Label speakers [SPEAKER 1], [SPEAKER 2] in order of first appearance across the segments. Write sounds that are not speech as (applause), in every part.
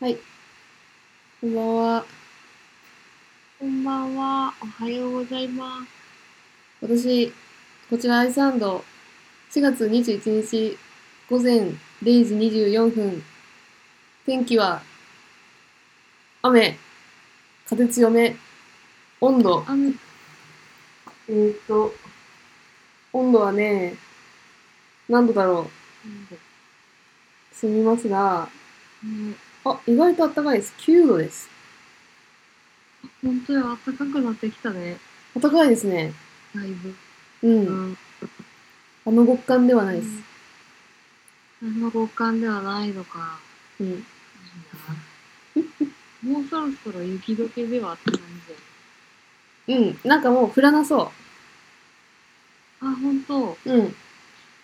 [SPEAKER 1] はい、こんばんは。
[SPEAKER 2] こんばんは。おはようございます。
[SPEAKER 1] 私、こちらアイスランド、4月21日午前0時24分。天気は、雨、風強め、温度、
[SPEAKER 2] あの、えーと、
[SPEAKER 1] 温度はね、何度だろ
[SPEAKER 2] なんだ
[SPEAKER 1] う、すみますが、
[SPEAKER 2] ね、
[SPEAKER 1] あ、意外と暖かいです。9度です。
[SPEAKER 2] 本当に暖かくなってきたね。
[SPEAKER 1] 暖かいですね。
[SPEAKER 2] だいぶ。
[SPEAKER 1] う。
[SPEAKER 2] うん
[SPEAKER 1] あの極寒ではないです。
[SPEAKER 2] うん。何の極寒ではないのか。
[SPEAKER 1] うん。
[SPEAKER 2] いいな。もうそろそろ雪解けではって感じで。
[SPEAKER 1] うん。なんかもう降らなそ
[SPEAKER 2] あ、本当。
[SPEAKER 1] う。うん。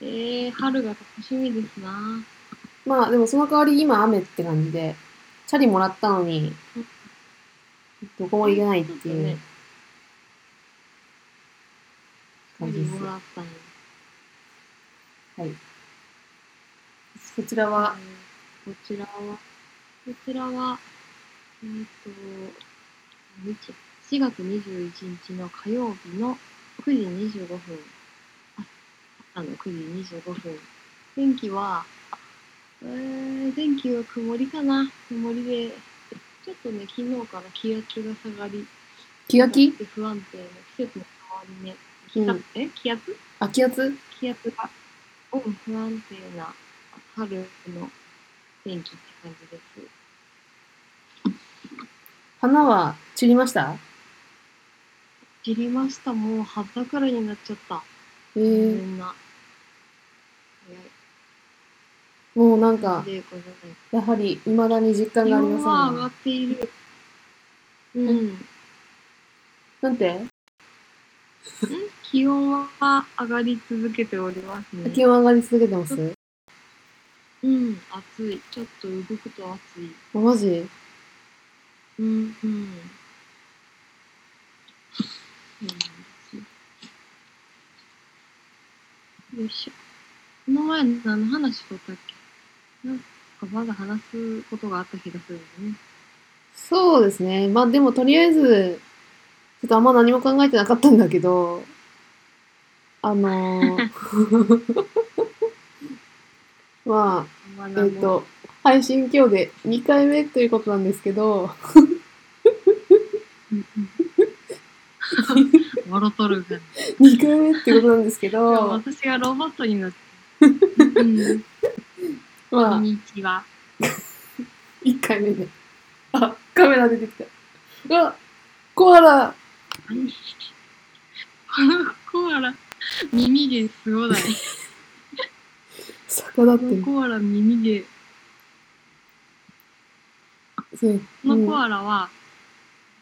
[SPEAKER 2] えー、春が楽しみですな。
[SPEAKER 1] まあでもその代わり今雨って感じで、チャリもらったのに
[SPEAKER 2] うん、
[SPEAKER 1] どこも行けないって
[SPEAKER 2] ちょっと
[SPEAKER 1] いう
[SPEAKER 2] ね
[SPEAKER 1] 感じです。
[SPEAKER 2] もら
[SPEAKER 1] は
[SPEAKER 2] ったね。
[SPEAKER 1] い。こちらは、
[SPEAKER 2] えーこちらは、こちらは、えっ、と、何日 ?4 月21日の火曜日の9時25分。あ、あの、9時25分。天気は、えー、天気は曇りかな。曇りで、ちょっとね、昨日から気圧が下がり、
[SPEAKER 1] 気が気
[SPEAKER 2] って不安定な季節の変わり目。気
[SPEAKER 1] う
[SPEAKER 2] 圧
[SPEAKER 1] ん
[SPEAKER 2] え気圧
[SPEAKER 1] あ、気圧
[SPEAKER 2] 気圧が、うん、不安定な春の天気って感じです。
[SPEAKER 1] 花は散りました
[SPEAKER 2] 散りました、もう葉桜になっちゃった。
[SPEAKER 1] え
[SPEAKER 2] み
[SPEAKER 1] ー、
[SPEAKER 2] んな。
[SPEAKER 1] もうなんか、
[SPEAKER 2] でございます
[SPEAKER 1] やはり未だに実感
[SPEAKER 2] 気
[SPEAKER 1] があり
[SPEAKER 2] 温は上が
[SPEAKER 1] ま
[SPEAKER 2] っている。うん。
[SPEAKER 1] せんね。なんて
[SPEAKER 2] 気温は上がり続けておりますね。
[SPEAKER 1] 気温上がり続けてます
[SPEAKER 2] うん、暑い。ちょっと動くと暑い。
[SPEAKER 1] あマジ
[SPEAKER 2] うん、うん。よいしょ。この前何の話しとったっけなんかまだ話すことがあった気がするよね。
[SPEAKER 1] そうですね。まあでもとりあえず、ちょっとあんま何も考えてなかったんだけど、あのー (laughs) まあ、
[SPEAKER 2] まあ
[SPEAKER 1] えっ、と、配信今日で2回目ということなんですけど、
[SPEAKER 2] うんうん。笑っとる
[SPEAKER 1] (laughs)
[SPEAKER 2] が。
[SPEAKER 1] 2回目ってことなんですけ
[SPEAKER 2] でも
[SPEAKER 1] ど、
[SPEAKER 2] 私がロボットになって。うん、こ
[SPEAKER 1] (laughs) ま
[SPEAKER 2] ん
[SPEAKER 1] あ、
[SPEAKER 2] にちは。 (laughs)
[SPEAKER 1] 1回目で。あ、カメラ出てきた。うわ、コアラ
[SPEAKER 2] このコアラ、耳毛すごない。
[SPEAKER 1] (laughs) 逆立っ
[SPEAKER 2] こ
[SPEAKER 1] て
[SPEAKER 2] の
[SPEAKER 1] る。
[SPEAKER 2] コアラ耳毛。
[SPEAKER 1] そう
[SPEAKER 2] このコ
[SPEAKER 1] うん
[SPEAKER 2] アラは、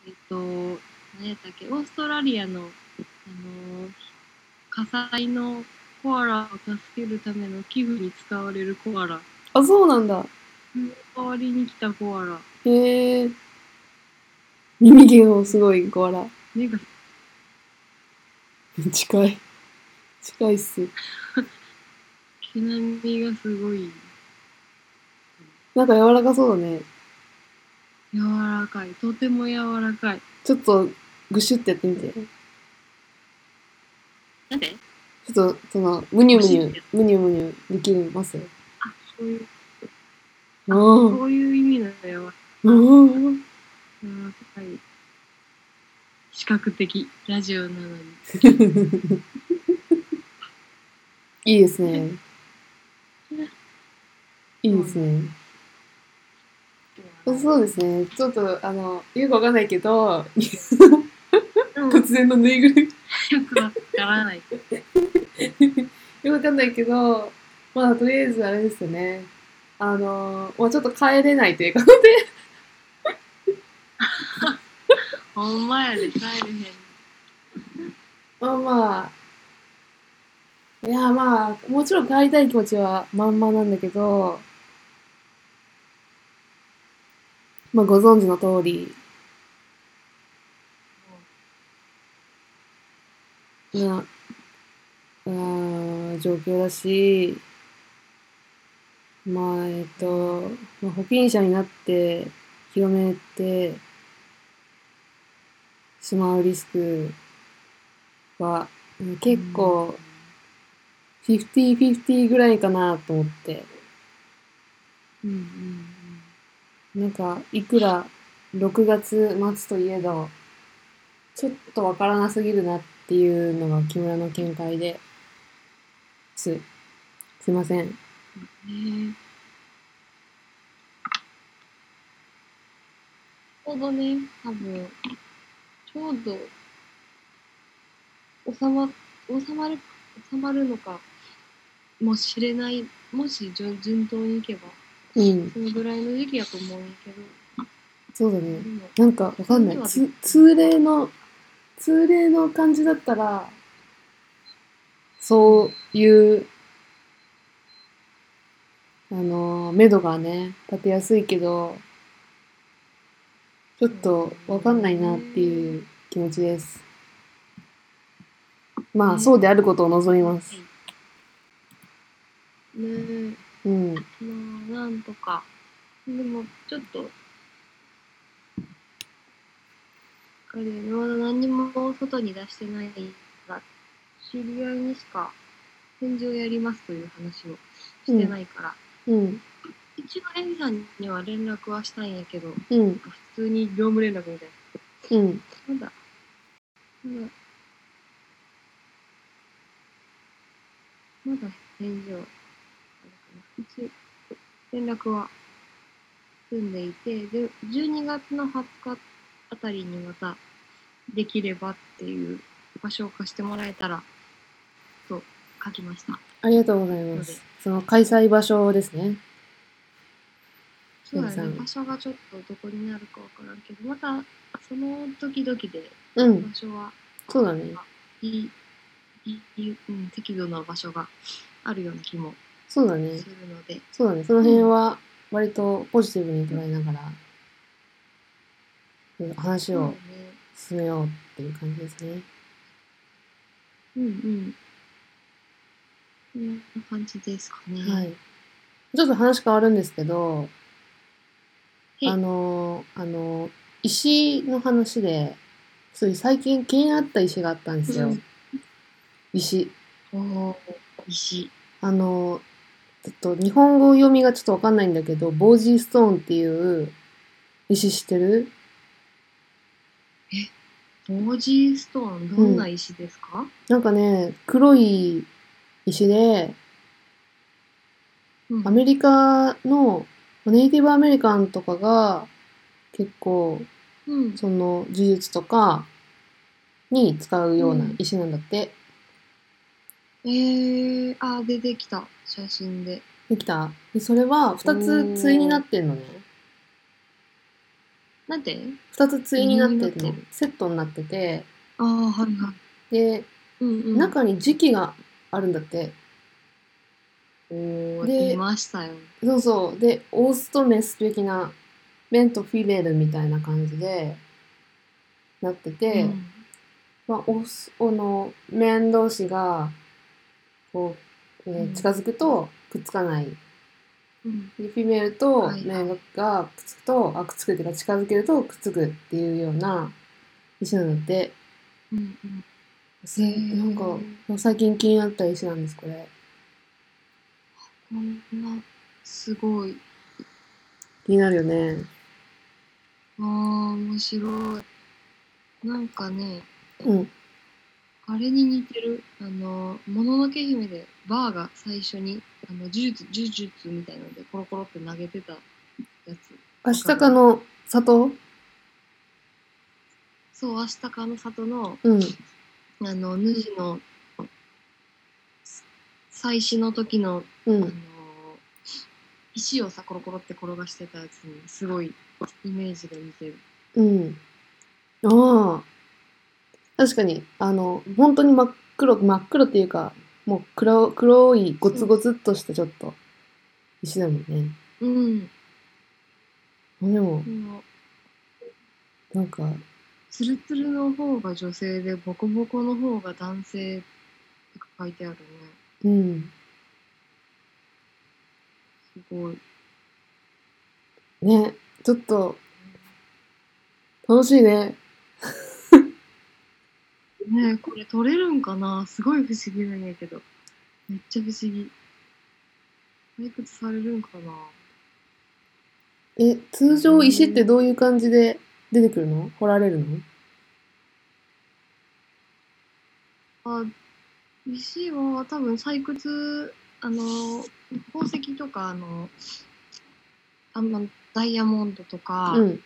[SPEAKER 2] えっ、と、何やったっけ、オーストラリアの、あのー火災のコアラを助けるための寄付に使われるコアラ。
[SPEAKER 1] あ、そうなんだ。
[SPEAKER 2] 代わりに来たコアラ。
[SPEAKER 1] へえ。耳毛もすごい、コアラ。
[SPEAKER 2] 目が、
[SPEAKER 1] (laughs) 近い。近いっす。
[SPEAKER 2] 毛並みがすごい
[SPEAKER 1] なんか柔らかそうだね。
[SPEAKER 2] 柔らかい。とても柔らかい。
[SPEAKER 1] ちょっと、ぐしゅってやってみて。ち
[SPEAKER 2] なんで
[SPEAKER 1] ょっと、その、むにゅ
[SPEAKER 2] ぐ
[SPEAKER 1] むに
[SPEAKER 2] しゅっ
[SPEAKER 1] ゅ
[SPEAKER 2] て、
[SPEAKER 1] むにゅむにゅできます
[SPEAKER 2] あ、そういう、
[SPEAKER 1] ああ。
[SPEAKER 2] そういう意味なんだよ。
[SPEAKER 1] うん
[SPEAKER 2] 柔らかい。視覚的。ラジオなのに。
[SPEAKER 1] (laughs) いいですね。いいですね。そうですね。ちょっと、あの、よくわかんない
[SPEAKER 2] (laughs)
[SPEAKER 1] けど、
[SPEAKER 2] うん。
[SPEAKER 1] 突然のぬいぐるみ
[SPEAKER 2] よくわからない。
[SPEAKER 1] よくわかんないけど、まあ、とりあえずあれですよね。あのー、まあちょっと帰れないというか、 (laughs)
[SPEAKER 2] ほんまやで、帰れへん。
[SPEAKER 1] まあまあ、いや、まあ、もちろん帰りたい気持ちはまんまなんだけど、まあ、ご存知の通り、な、うーん、状況だし、まあ、えっと、まあ、保菌者になって広めてしまうリスクはうん結構50-50ぐらいかなと思って。
[SPEAKER 2] うん、うんうん
[SPEAKER 1] なんか、いくら6月末といえど、ちょっとわからなすぎるなっていうのが木村の見解です。すいません。
[SPEAKER 2] うん。ねちょうどね、多分、ちょうど、収ま、収まる、収まるのかもしれない、もし順順当にいけば、
[SPEAKER 1] うん
[SPEAKER 2] そのぐらいの時期やと思うんやけど、
[SPEAKER 1] そうだね。
[SPEAKER 2] でも
[SPEAKER 1] なんかわかんない。つ通例の、通例の感じだったら、そういう、あのー、目処がね、立てやすいけど、ちょっとわかんないなっていう気持ちです。まあ、そうであることを望みます。
[SPEAKER 2] ね
[SPEAKER 1] う
[SPEAKER 2] え、
[SPEAKER 1] ん。
[SPEAKER 2] まあ、なんとか。でも、ちょっと、あれね、まだ何にも外に出してないから、知り合いにしか展示をやりますという話をしてないから、
[SPEAKER 1] うん。
[SPEAKER 2] 一応エミさんには連絡はしたんやけど、
[SPEAKER 1] うん。
[SPEAKER 2] 普通に業務連絡みたい
[SPEAKER 1] うん。
[SPEAKER 2] な。まだ、まだ、まだ返事を、あれかな、一応連絡は済んでいて、で、12月の20日あたりにまたできればっていう場所を貸してもらえたら、と書きました。
[SPEAKER 1] ありがとうございます。その、開催場所ですね。
[SPEAKER 2] そうだ
[SPEAKER 1] そう
[SPEAKER 2] ね
[SPEAKER 1] で、す
[SPEAKER 2] 場所がちょっとどこになるかわからんけど、またその時々で
[SPEAKER 1] うん。
[SPEAKER 2] 場所は、
[SPEAKER 1] そうだね。
[SPEAKER 2] いい、いい、うん、適度な場所があるような気も
[SPEAKER 1] そうだ
[SPEAKER 2] す
[SPEAKER 1] ね。
[SPEAKER 2] るので、
[SPEAKER 1] そうだね。その辺は、割とポジティブに捉えながら、うん話
[SPEAKER 2] そうだ
[SPEAKER 1] を
[SPEAKER 2] ね。
[SPEAKER 1] 進めようっていう感じですね。
[SPEAKER 2] うんうん。こんな感じですかね。
[SPEAKER 1] はい。ちょっと話変わるんですけど、
[SPEAKER 2] い
[SPEAKER 1] あの、あの、石の話で、そういう最近気になった石があったんですよ。
[SPEAKER 2] うん
[SPEAKER 1] 石。
[SPEAKER 2] おお、石。
[SPEAKER 1] あの、ちょっと日本語読みがちょっとわかんないんだけど、ボージーストーンっていう石知ってる
[SPEAKER 2] ボージーストーン、どんな石ですか、
[SPEAKER 1] なんかね、黒い石で、
[SPEAKER 2] うん
[SPEAKER 1] アメリカのネイティブアメリカンとかが結構
[SPEAKER 2] うん。
[SPEAKER 1] その呪術とかに使うような石なんだって。
[SPEAKER 2] えー、あー、出てきた。写真で。
[SPEAKER 1] できたでそれは2つ対になってんのね。
[SPEAKER 2] なんて
[SPEAKER 1] 2つ対になってん
[SPEAKER 2] 対にな
[SPEAKER 1] の
[SPEAKER 2] ってる。
[SPEAKER 1] セットになってて。
[SPEAKER 2] ああ、はいはい。
[SPEAKER 1] で、
[SPEAKER 2] うんうん。
[SPEAKER 1] 中に時期があるんだって。
[SPEAKER 2] お
[SPEAKER 1] で
[SPEAKER 2] ーいましたよ。
[SPEAKER 1] そうそう。で、オースとメス的な、メンとフィレルみたいな感じで、なってて、
[SPEAKER 2] うん
[SPEAKER 1] まあ、オス、おの、面同士が、こう、えー
[SPEAKER 2] うん
[SPEAKER 1] 近づくとくっつかない。
[SPEAKER 2] うん
[SPEAKER 1] でフィメールと
[SPEAKER 2] はい
[SPEAKER 1] 面がくっつくと、あ、くっつくっていうか近づけるとくっつくっていうような石なので、
[SPEAKER 2] うんうん。
[SPEAKER 1] せ
[SPEAKER 2] ー
[SPEAKER 1] なんか、最近気になった石なんです、これ。
[SPEAKER 2] こんな、すごい。
[SPEAKER 1] 気になるよね。
[SPEAKER 2] ああ、面白い。なんかね、
[SPEAKER 1] うん。
[SPEAKER 2] あれに似てる。あの、もののけ姫で、バーが最初に、あの、呪術、呪術みたいなので、コロコロって投げてたやつ。
[SPEAKER 1] 明日かの里
[SPEAKER 2] そう、明日かの里の、
[SPEAKER 1] うん。
[SPEAKER 2] あの、主の、祭祀の時の、
[SPEAKER 1] う
[SPEAKER 2] あの
[SPEAKER 1] ん。、
[SPEAKER 2] 石をさ、コロコロって転がしてたやつに、すごい、イメージが似てる。
[SPEAKER 1] うん。ああ。確かに、あの、本当に真っ黒、真っ黒っていうか、もう黒、黒いゴツゴツっとしたちょっと石だもんね。
[SPEAKER 2] うん。
[SPEAKER 1] でも
[SPEAKER 2] こ、の
[SPEAKER 1] なんか、
[SPEAKER 2] ツルツルの方が女性で、ボコボコの方が男性って書いてあるね。
[SPEAKER 1] うん。
[SPEAKER 2] すごい。
[SPEAKER 1] ね、ちょっと、楽しいね。
[SPEAKER 2] ねえこれ取れるんかなすごい不思議なんやけど。めっちゃ不思議。採掘されるんかな
[SPEAKER 1] え、通常石ってどういう感じで出てくるの掘られるの
[SPEAKER 2] あ石は多分採掘あの宝石とかあのあんまダイヤモンドとか、
[SPEAKER 1] うん、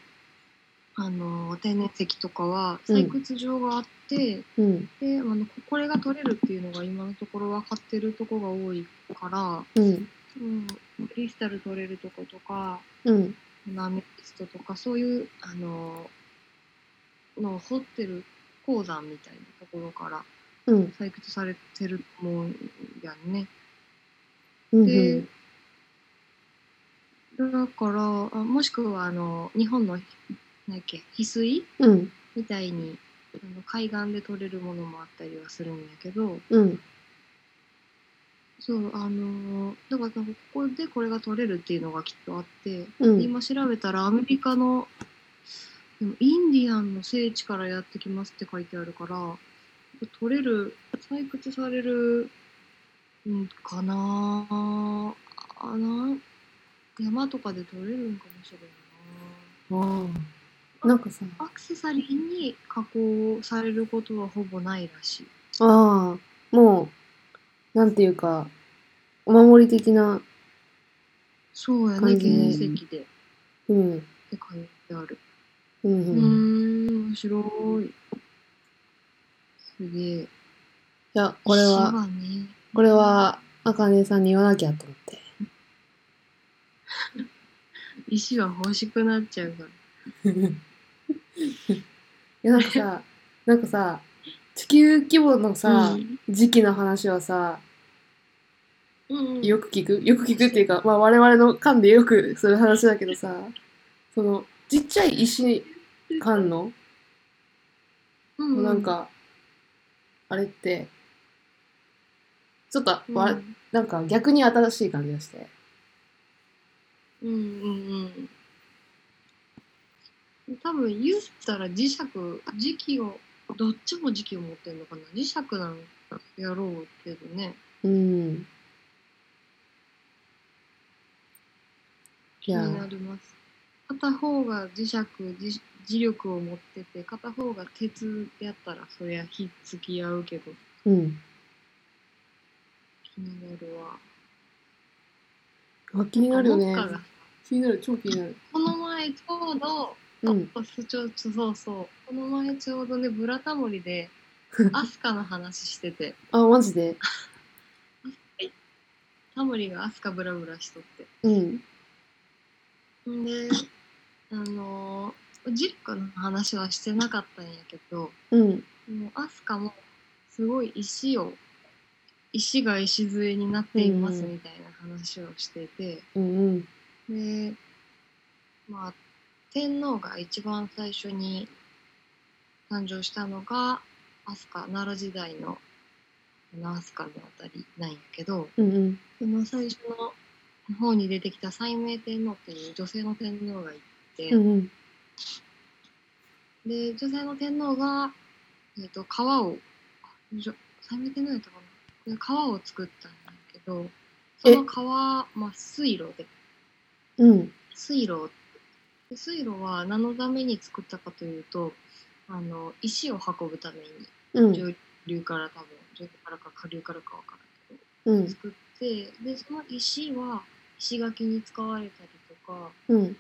[SPEAKER 2] あの天然石とかは
[SPEAKER 1] うん
[SPEAKER 2] 採掘場があって、
[SPEAKER 1] うん、
[SPEAKER 2] であのここれが取れるっていうのが今のところ分かってるとこが多いから、
[SPEAKER 1] うん、
[SPEAKER 2] うん、クリスタル取れるとことか
[SPEAKER 1] うん、
[SPEAKER 2] ナメキストとかそういうあののを掘ってる鉱山みたいなところから
[SPEAKER 1] うん、
[SPEAKER 2] 採掘されてると思うんやんね。
[SPEAKER 1] うん、
[SPEAKER 2] で、だからあもしくはあの日本のなんやっけ翡翠
[SPEAKER 1] うん、
[SPEAKER 2] みたいにあの海岸で取れるものもあったりはするんやけど
[SPEAKER 1] うん、
[SPEAKER 2] そうあのだからなんかここでこれが取れるっていうのがきっとあって、
[SPEAKER 1] うん、
[SPEAKER 2] 今調べたらアメリカのでもインディアンの聖地からやってきますって書いてあるから取れる採掘されるんかなああな山とかで取れるんかもしれん
[SPEAKER 1] ああ。なんかさ、
[SPEAKER 2] なアクセサリーに加工されることはほぼないらしい
[SPEAKER 1] ああ、もう、なんていうか、お守り的な、
[SPEAKER 2] そうや
[SPEAKER 1] 感
[SPEAKER 2] ね
[SPEAKER 1] じ
[SPEAKER 2] 原
[SPEAKER 1] ね
[SPEAKER 2] 石でっ
[SPEAKER 1] うん、
[SPEAKER 2] て書いてある
[SPEAKER 1] うん、う
[SPEAKER 2] うー
[SPEAKER 1] ん。い
[SPEAKER 2] ん面白いすげえ
[SPEAKER 1] や、これ
[SPEAKER 2] 石
[SPEAKER 1] は、
[SPEAKER 2] はね
[SPEAKER 1] これは、あかねさんに言わなきゃと思って。
[SPEAKER 2] 石は欲しくなっちゃうから。
[SPEAKER 1] いやなん
[SPEAKER 2] (laughs)
[SPEAKER 1] かさなんかさ地球規模のさ、
[SPEAKER 2] うん
[SPEAKER 1] 時期の話はさ
[SPEAKER 2] うん
[SPEAKER 1] よく聞くよく聞くっていうか、まあ、我々の間でよくする話だけどさそのちっちゃい石缶の、
[SPEAKER 2] う
[SPEAKER 1] なん、かあれってちょっと
[SPEAKER 2] うん、
[SPEAKER 1] わ、なんか逆に新しい感じがして
[SPEAKER 2] うんうんうん。多分言ったら磁石、磁気を、どっちも磁気を持ってるのかな。磁石なんやろうけどね。
[SPEAKER 1] うんい
[SPEAKER 2] 気
[SPEAKER 1] や
[SPEAKER 2] になります。片方が磁石磁、磁力を持ってて、片方が鉄やったら、そりゃひっつき合うけど、
[SPEAKER 1] うん
[SPEAKER 2] 気になるわ。
[SPEAKER 1] あ気になるよね
[SPEAKER 2] 思ったら
[SPEAKER 1] 気になる超気になる
[SPEAKER 2] この前ちょうど、
[SPEAKER 1] うん
[SPEAKER 2] あそうちょちょそうそうこの前ちょうどね「ブラタモリ」
[SPEAKER 1] (laughs)
[SPEAKER 2] でアスカの話してて
[SPEAKER 1] あマジで
[SPEAKER 2] タモリがアスカブラブラしとって
[SPEAKER 1] うん
[SPEAKER 2] んであのージックの話はしてなかったんやけど
[SPEAKER 1] うん
[SPEAKER 2] もうアスカもすごい石を石が礎になっていますみたいな話をしてて、
[SPEAKER 1] うん
[SPEAKER 2] でまあ天皇が一番最初に誕生したのが飛鳥奈良時代のあの飛鳥のあたりなんやけど
[SPEAKER 1] うんうん
[SPEAKER 2] その最初の方に出てきた斉明天皇っていう女性の天皇がいて、
[SPEAKER 1] うんうん
[SPEAKER 2] で女性の天皇が、えー、と川をあじょ斉明天皇やったかなで川を作ったんだけどその川、まあ、水路で
[SPEAKER 1] うん
[SPEAKER 2] 水路で水路は何のために作ったかというとあの石を運ぶために
[SPEAKER 1] うん
[SPEAKER 2] 上流から多分上流からか下流からか分からんけど
[SPEAKER 1] うん
[SPEAKER 2] 作ってでその石は石垣に使われたりとか
[SPEAKER 1] うん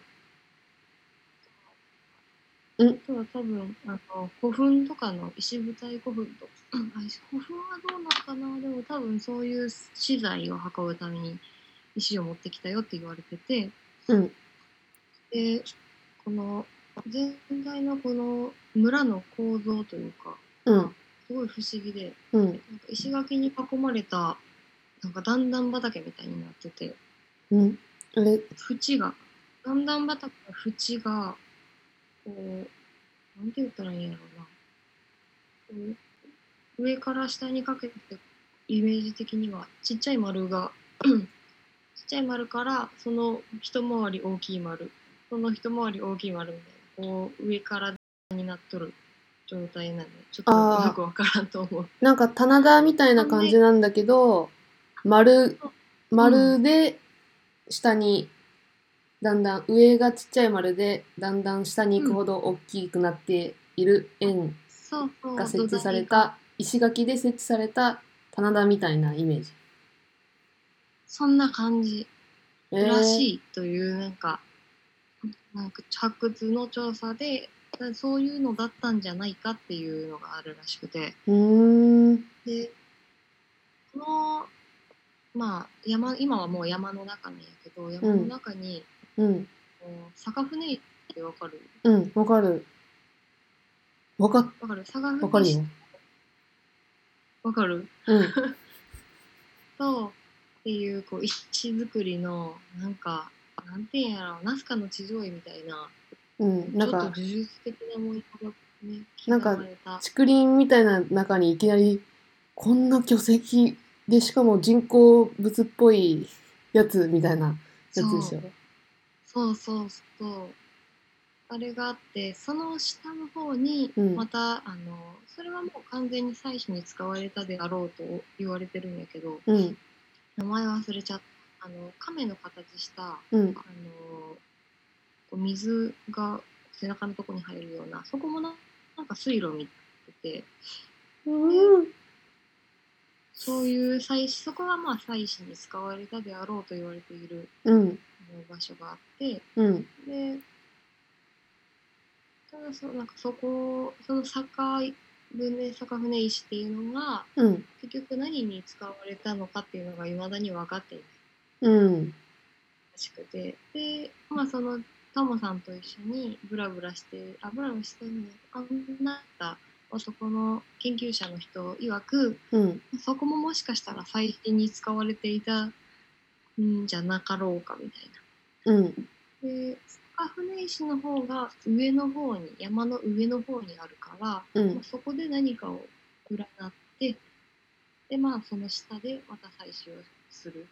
[SPEAKER 2] あとは多分あの古墳とかの石舞台古墳とあ石古墳はどうなのかなでも多分そういう資材を運ぶために石を持ってきたよって言われてて。
[SPEAKER 1] うん
[SPEAKER 2] でこの全体のこの村の構造というか
[SPEAKER 1] うん
[SPEAKER 2] すごい不思議で
[SPEAKER 1] うん
[SPEAKER 2] なんか石垣に囲まれたなんか段々畑みたいになってて
[SPEAKER 1] うんあれ
[SPEAKER 2] 縁が段々畑の縁がこうなんて言ったらいいんやろうなこう (clears throat) 上から下にかけてイメージ的にはちっちゃい丸がちっちゃい丸からその一回り大きい丸その一回り大きい丸みたいなこう上からになっとる状態なんでちょっと
[SPEAKER 1] あー
[SPEAKER 2] よくわからんと思う。
[SPEAKER 1] なんか棚田みたいな感じなんだけど、丸、丸で下に、だんだん上がちっちゃい丸で、だんだん下に行くほど大きくなっている円
[SPEAKER 2] そうそう
[SPEAKER 1] が設置され
[SPEAKER 2] 土台が
[SPEAKER 1] た、石垣で設置された棚田みたいなイメージ。
[SPEAKER 2] そんな感じ
[SPEAKER 1] えー
[SPEAKER 2] らしいというなんか、なんか発掘の調査でそういうのだったんじゃないかっていうのがあるらしくて。
[SPEAKER 1] うーん。
[SPEAKER 2] で、この、まあ、山、今はもう山の中なんやけど、山の中に、
[SPEAKER 1] うん。
[SPEAKER 2] こう坂船駅ってわかる
[SPEAKER 1] うん。わかる。わか、
[SPEAKER 2] わかる坂船
[SPEAKER 1] わかるよ。
[SPEAKER 2] わかる
[SPEAKER 1] うん。
[SPEAKER 2] と、っていう、こう、石造りの、なんか、なんていうんやろう、ナスカの地上絵みたいな、 (laughs)
[SPEAKER 1] うん。なん
[SPEAKER 2] ちょっと
[SPEAKER 1] か、
[SPEAKER 2] 呪術的なものがね、
[SPEAKER 1] なんか
[SPEAKER 2] 刻まれた
[SPEAKER 1] 竹林みたいな中にいきなりこんな巨石でしかも人工物っぽいやつみたいなやつですよ。
[SPEAKER 2] そうそうそう。あれがあって、その下の方に、
[SPEAKER 1] うん
[SPEAKER 2] また、あの、それはもう完全に祭祀に使われたであろうと言われてるんやけど、
[SPEAKER 1] うん
[SPEAKER 2] 名前忘れちゃった。あの、亀の形した、あ
[SPEAKER 1] う
[SPEAKER 2] の、
[SPEAKER 1] ん
[SPEAKER 2] こう水が背中のとこに入るような、そこもななんか水路に行ってて、
[SPEAKER 1] うん
[SPEAKER 2] そういう祭祀、そこはまあ祭祀に使われたであろうと言われている
[SPEAKER 1] うん
[SPEAKER 2] あの場所があって、
[SPEAKER 1] うん
[SPEAKER 2] で、ただそ、なんかそこ、その坂船、坂船石っていうのが、
[SPEAKER 1] うん
[SPEAKER 2] 結局何に使われたのかっていうのが未だに分かっていない
[SPEAKER 1] うん
[SPEAKER 2] らしくて、で、まあその、タモさんと一緒にブラブラして、あ、ブラブラしてるね、あんなった男の研究者の人曰く、
[SPEAKER 1] うん
[SPEAKER 2] そこももしかしたら最近に使われていたんじゃなかろうかみたいな。
[SPEAKER 1] うん
[SPEAKER 2] で坂船石の方が上の方に山の上の方にあるから、
[SPEAKER 1] うん
[SPEAKER 2] まあそこで何かを占ってでまあその下でまた採取をする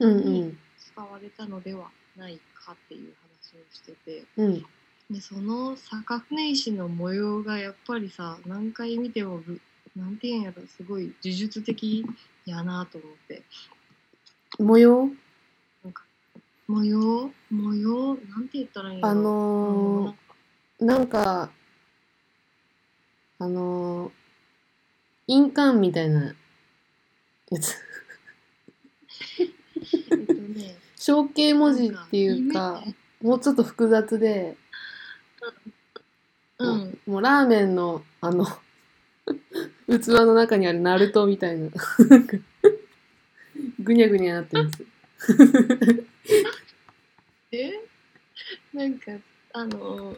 [SPEAKER 1] うん
[SPEAKER 2] 使われたのではないかっていう話をしてて
[SPEAKER 1] うん
[SPEAKER 2] でその坂船石の模様がやっぱりさ何回見てもぶなんていうんやろすごい呪術的やなと思って
[SPEAKER 1] 模様
[SPEAKER 2] 模様模様なんて言ったらいいんやろ
[SPEAKER 1] あ
[SPEAKER 2] うん
[SPEAKER 1] の
[SPEAKER 2] な
[SPEAKER 1] ー
[SPEAKER 2] んか
[SPEAKER 1] なんかあのー印鑑みたいなやつ (laughs)
[SPEAKER 2] えっとね
[SPEAKER 1] 象形文字っていう
[SPEAKER 2] なん
[SPEAKER 1] か
[SPEAKER 2] イメージ
[SPEAKER 1] もうちょっと複雑で
[SPEAKER 2] うん、
[SPEAKER 1] もうラーメンの、あの、 (laughs) 器の中にあるナルトみたいな、ぐにゃぐにゃなっ
[SPEAKER 2] (laughs)
[SPEAKER 1] てます。
[SPEAKER 2] えなんかあの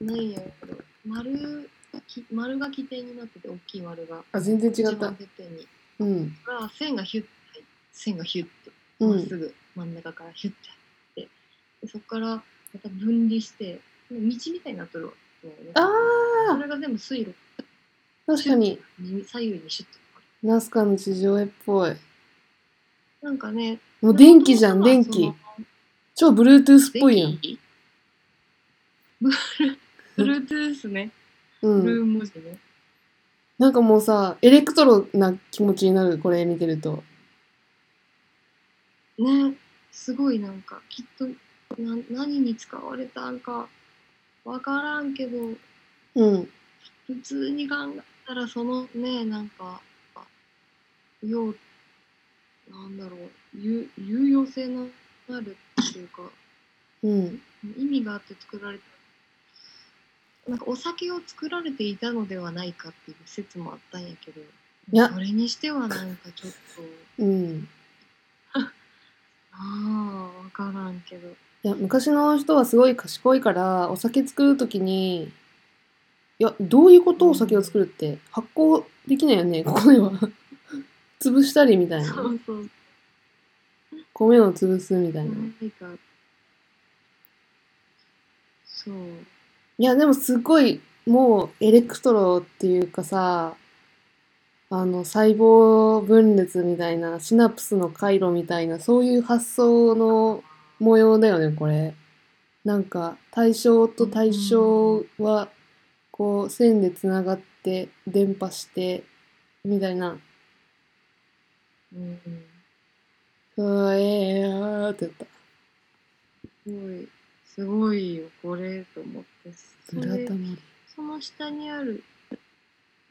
[SPEAKER 2] なんやろ丸き丸が起点になってて大きい丸が
[SPEAKER 1] あ、全然違っ
[SPEAKER 2] 一番
[SPEAKER 1] た。
[SPEAKER 2] てっぺんに
[SPEAKER 1] うん。
[SPEAKER 2] これは線がヒュッて入って線がヒュッて
[SPEAKER 1] う
[SPEAKER 2] まっ
[SPEAKER 1] ん
[SPEAKER 2] す。ぐ真ん中からヒュッて入ってでそこからまた分離して道みたいになっとるわけだよね
[SPEAKER 1] あ
[SPEAKER 2] そ
[SPEAKER 1] あ
[SPEAKER 2] れが全部水路
[SPEAKER 1] 確かに、
[SPEAKER 2] に左右にシュッと
[SPEAKER 1] ナスカの地上絵っぽい。
[SPEAKER 2] なんかね
[SPEAKER 1] もう電気じゃん、電
[SPEAKER 2] そ
[SPEAKER 1] 気
[SPEAKER 2] の。
[SPEAKER 1] 超ブルートゥースっぽいや
[SPEAKER 2] 電
[SPEAKER 1] ん。
[SPEAKER 2] 気 (laughs) ブルブルートゥースね
[SPEAKER 1] う
[SPEAKER 2] ブ
[SPEAKER 1] ん。
[SPEAKER 2] ルー文字ね
[SPEAKER 1] なんかもうさ、エレクトロな気持ちになる、これ見てると。
[SPEAKER 2] ねすごいなんかきっとな何に使われたんかわからんけど
[SPEAKER 1] うん。
[SPEAKER 2] 普通に考えたらそのねなんかようなんだろう有有用性のあるっていうか
[SPEAKER 1] うん。
[SPEAKER 2] 意味があって作られたなんかお酒を作られていたのではないかっていう説もあったんやけど
[SPEAKER 1] いや
[SPEAKER 2] それにしてはなんかちょっと
[SPEAKER 1] うん。
[SPEAKER 2] ああわからんけど
[SPEAKER 1] いや、昔の人はすごい賢いから、お酒作るときに、いや、どういうことお酒を作るって、発酵できないよね、ここでは。 (laughs) 潰したりみたいな。
[SPEAKER 2] そうそう
[SPEAKER 1] 米を潰すみたいな。
[SPEAKER 2] 何かそう
[SPEAKER 1] いや、でもすごい、もうエレクトロっていうかさ、あの細胞分裂みたいなシナプスの回路みたいなそういう発想の模様だよねこれなんか対象と対象はこう線でつながって伝播してみたいな
[SPEAKER 2] うん、
[SPEAKER 1] 「うわええー」って言った
[SPEAKER 2] すごい、すごいよ、これ、と思って。
[SPEAKER 1] 「
[SPEAKER 2] そ
[SPEAKER 1] ブラ
[SPEAKER 2] れ
[SPEAKER 1] タモリ
[SPEAKER 2] その下にある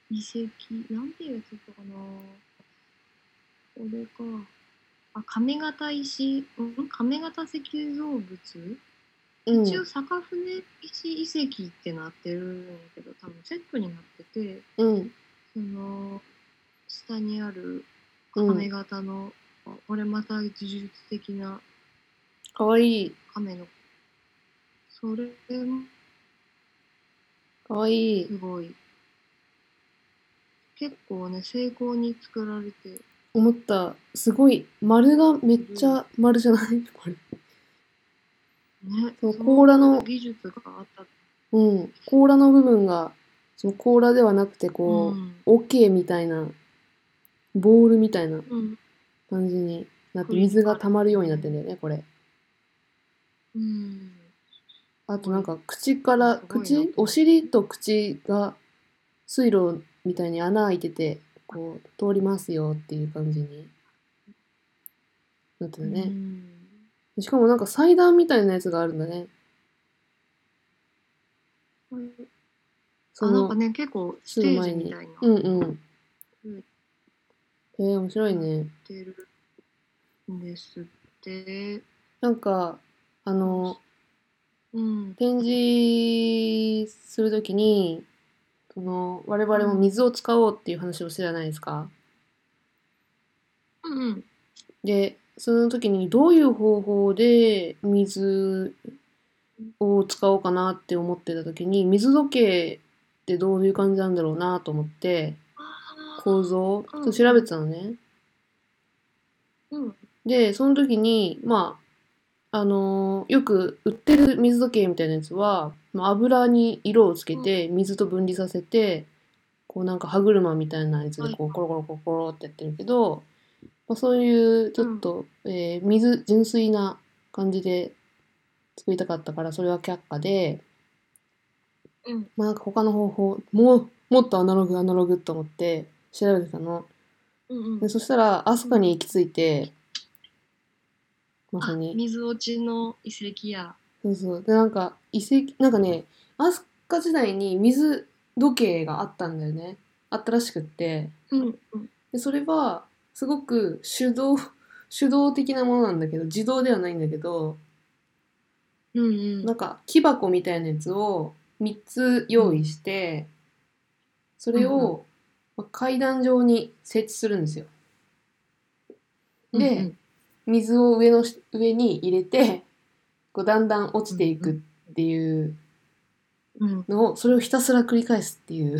[SPEAKER 2] 遺跡、なんていうやつだったかなこれか。あ、亀形石、ん亀形石造物、」
[SPEAKER 1] うん
[SPEAKER 2] 一応、坂船石遺跡ってなってるんやけど、多分セットになってて、
[SPEAKER 1] うん
[SPEAKER 2] その、下にある
[SPEAKER 1] う
[SPEAKER 2] 亀
[SPEAKER 1] ん、
[SPEAKER 2] 型の、これまた呪術的な
[SPEAKER 1] かわいい
[SPEAKER 2] 亀の、それも
[SPEAKER 1] かわいい
[SPEAKER 2] すごい。結構ね、精巧に作られて、
[SPEAKER 1] 思ったすごい丸がめっちゃ丸じゃないこれ
[SPEAKER 2] ね、
[SPEAKER 1] そう
[SPEAKER 2] の
[SPEAKER 1] 甲羅の
[SPEAKER 2] 技術があった。
[SPEAKER 1] うん甲羅の部分がその甲羅ではなくてこ
[SPEAKER 2] う
[SPEAKER 1] う、
[SPEAKER 2] ん
[SPEAKER 1] オケみたいなボールみたいな
[SPEAKER 2] うん。
[SPEAKER 1] 感じになって水が溜まるようになってんだよねこれ
[SPEAKER 2] うん。
[SPEAKER 1] あとなんか口から
[SPEAKER 2] すごいな
[SPEAKER 1] 口お尻と口が水路みたいに穴開いててこう通りますよっていう感じになってた
[SPEAKER 2] う
[SPEAKER 1] ね、
[SPEAKER 2] ん
[SPEAKER 1] しかもなんか祭壇みたいなやつがあるんだね
[SPEAKER 2] これ
[SPEAKER 1] そ
[SPEAKER 2] あな
[SPEAKER 1] の
[SPEAKER 2] んかね、結構ス
[SPEAKER 1] す
[SPEAKER 2] テ
[SPEAKER 1] ぐ
[SPEAKER 2] ー
[SPEAKER 1] 前
[SPEAKER 2] ジ
[SPEAKER 1] に
[SPEAKER 2] みたいな。
[SPEAKER 1] うん
[SPEAKER 2] や
[SPEAKER 1] うん
[SPEAKER 2] うん
[SPEAKER 1] えー、面白いね
[SPEAKER 2] ってるんですって。
[SPEAKER 1] なんかあの
[SPEAKER 2] うん。
[SPEAKER 1] 展示するときにその我々も水を使おうっていう話をしてたじゃないですか。
[SPEAKER 2] うんうん。
[SPEAKER 1] でその時にどういう方法で水を使おうかなって思ってた時に水時計ってどういう感じなんだろうなと思って
[SPEAKER 2] あー
[SPEAKER 1] 構造をちょっと
[SPEAKER 2] うん
[SPEAKER 1] 調べてたのね。
[SPEAKER 2] うん。
[SPEAKER 1] でその時にまああのーよく売ってる水時計みたいなやつは、まあ、油に色をつけて水と分離させてこうなんか歯車みたいなやつでこ
[SPEAKER 2] は
[SPEAKER 1] う
[SPEAKER 2] い
[SPEAKER 1] コロコロコロコロってやってるけど、まあ、そういうちょっと、えー水純粋な感じで作りたかったからそれは却下で、
[SPEAKER 2] うん。
[SPEAKER 1] まあ、なんか他の方法もうもっとアナログアナログと思って調べてたの。
[SPEAKER 2] うんう
[SPEAKER 1] で
[SPEAKER 2] ん。
[SPEAKER 1] そしたらアスカに行き着いてまさに
[SPEAKER 2] あ。水落ちの遺跡や。
[SPEAKER 1] そうそう。で、なんか、遺跡、なんかね、アスカ時代に水時計があったんだよね。あったらしくって。
[SPEAKER 2] うんうん。
[SPEAKER 1] で、それは、すごく手動、 (laughs) 手動的なものなんだけど、自動ではないんだけど、
[SPEAKER 2] うんうん。
[SPEAKER 1] なんか、木箱みたいなやつを3つ用意して、それ
[SPEAKER 2] うん
[SPEAKER 1] をまあ階段上に設置するんですよ。で、
[SPEAKER 2] うん
[SPEAKER 1] 水を上のし上に入れて、こうだんだん落ちていくっていう
[SPEAKER 2] うん、うん。
[SPEAKER 1] のをそれをひたすら繰り返すっていう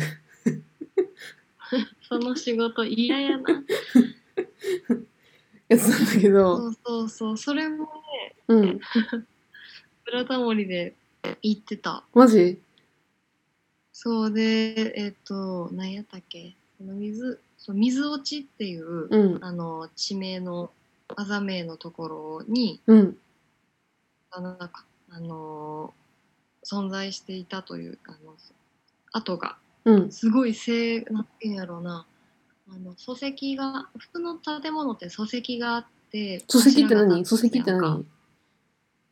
[SPEAKER 2] その仕事嫌やな。
[SPEAKER 1] やつなんだけど、
[SPEAKER 2] (laughs) そうそうそう。それも
[SPEAKER 1] うん、
[SPEAKER 2] ブラタモリで行ってた。
[SPEAKER 1] マジ
[SPEAKER 2] そうで、えっ、と、何やったっけその水、そう水落ちっていう、
[SPEAKER 1] うん、
[SPEAKER 2] あの、地名の、あざ名のところに、
[SPEAKER 1] うん、
[SPEAKER 2] あの、なんかあの存在していたという、あの、跡が、
[SPEAKER 1] うん、
[SPEAKER 2] すごいせい、なんていうんやろうな、あの、礎石が、普通の建物って礎石があって、
[SPEAKER 1] 礎石って何
[SPEAKER 2] 柱が
[SPEAKER 1] 礎
[SPEAKER 2] 立
[SPEAKER 1] 石って
[SPEAKER 2] やんか
[SPEAKER 1] 何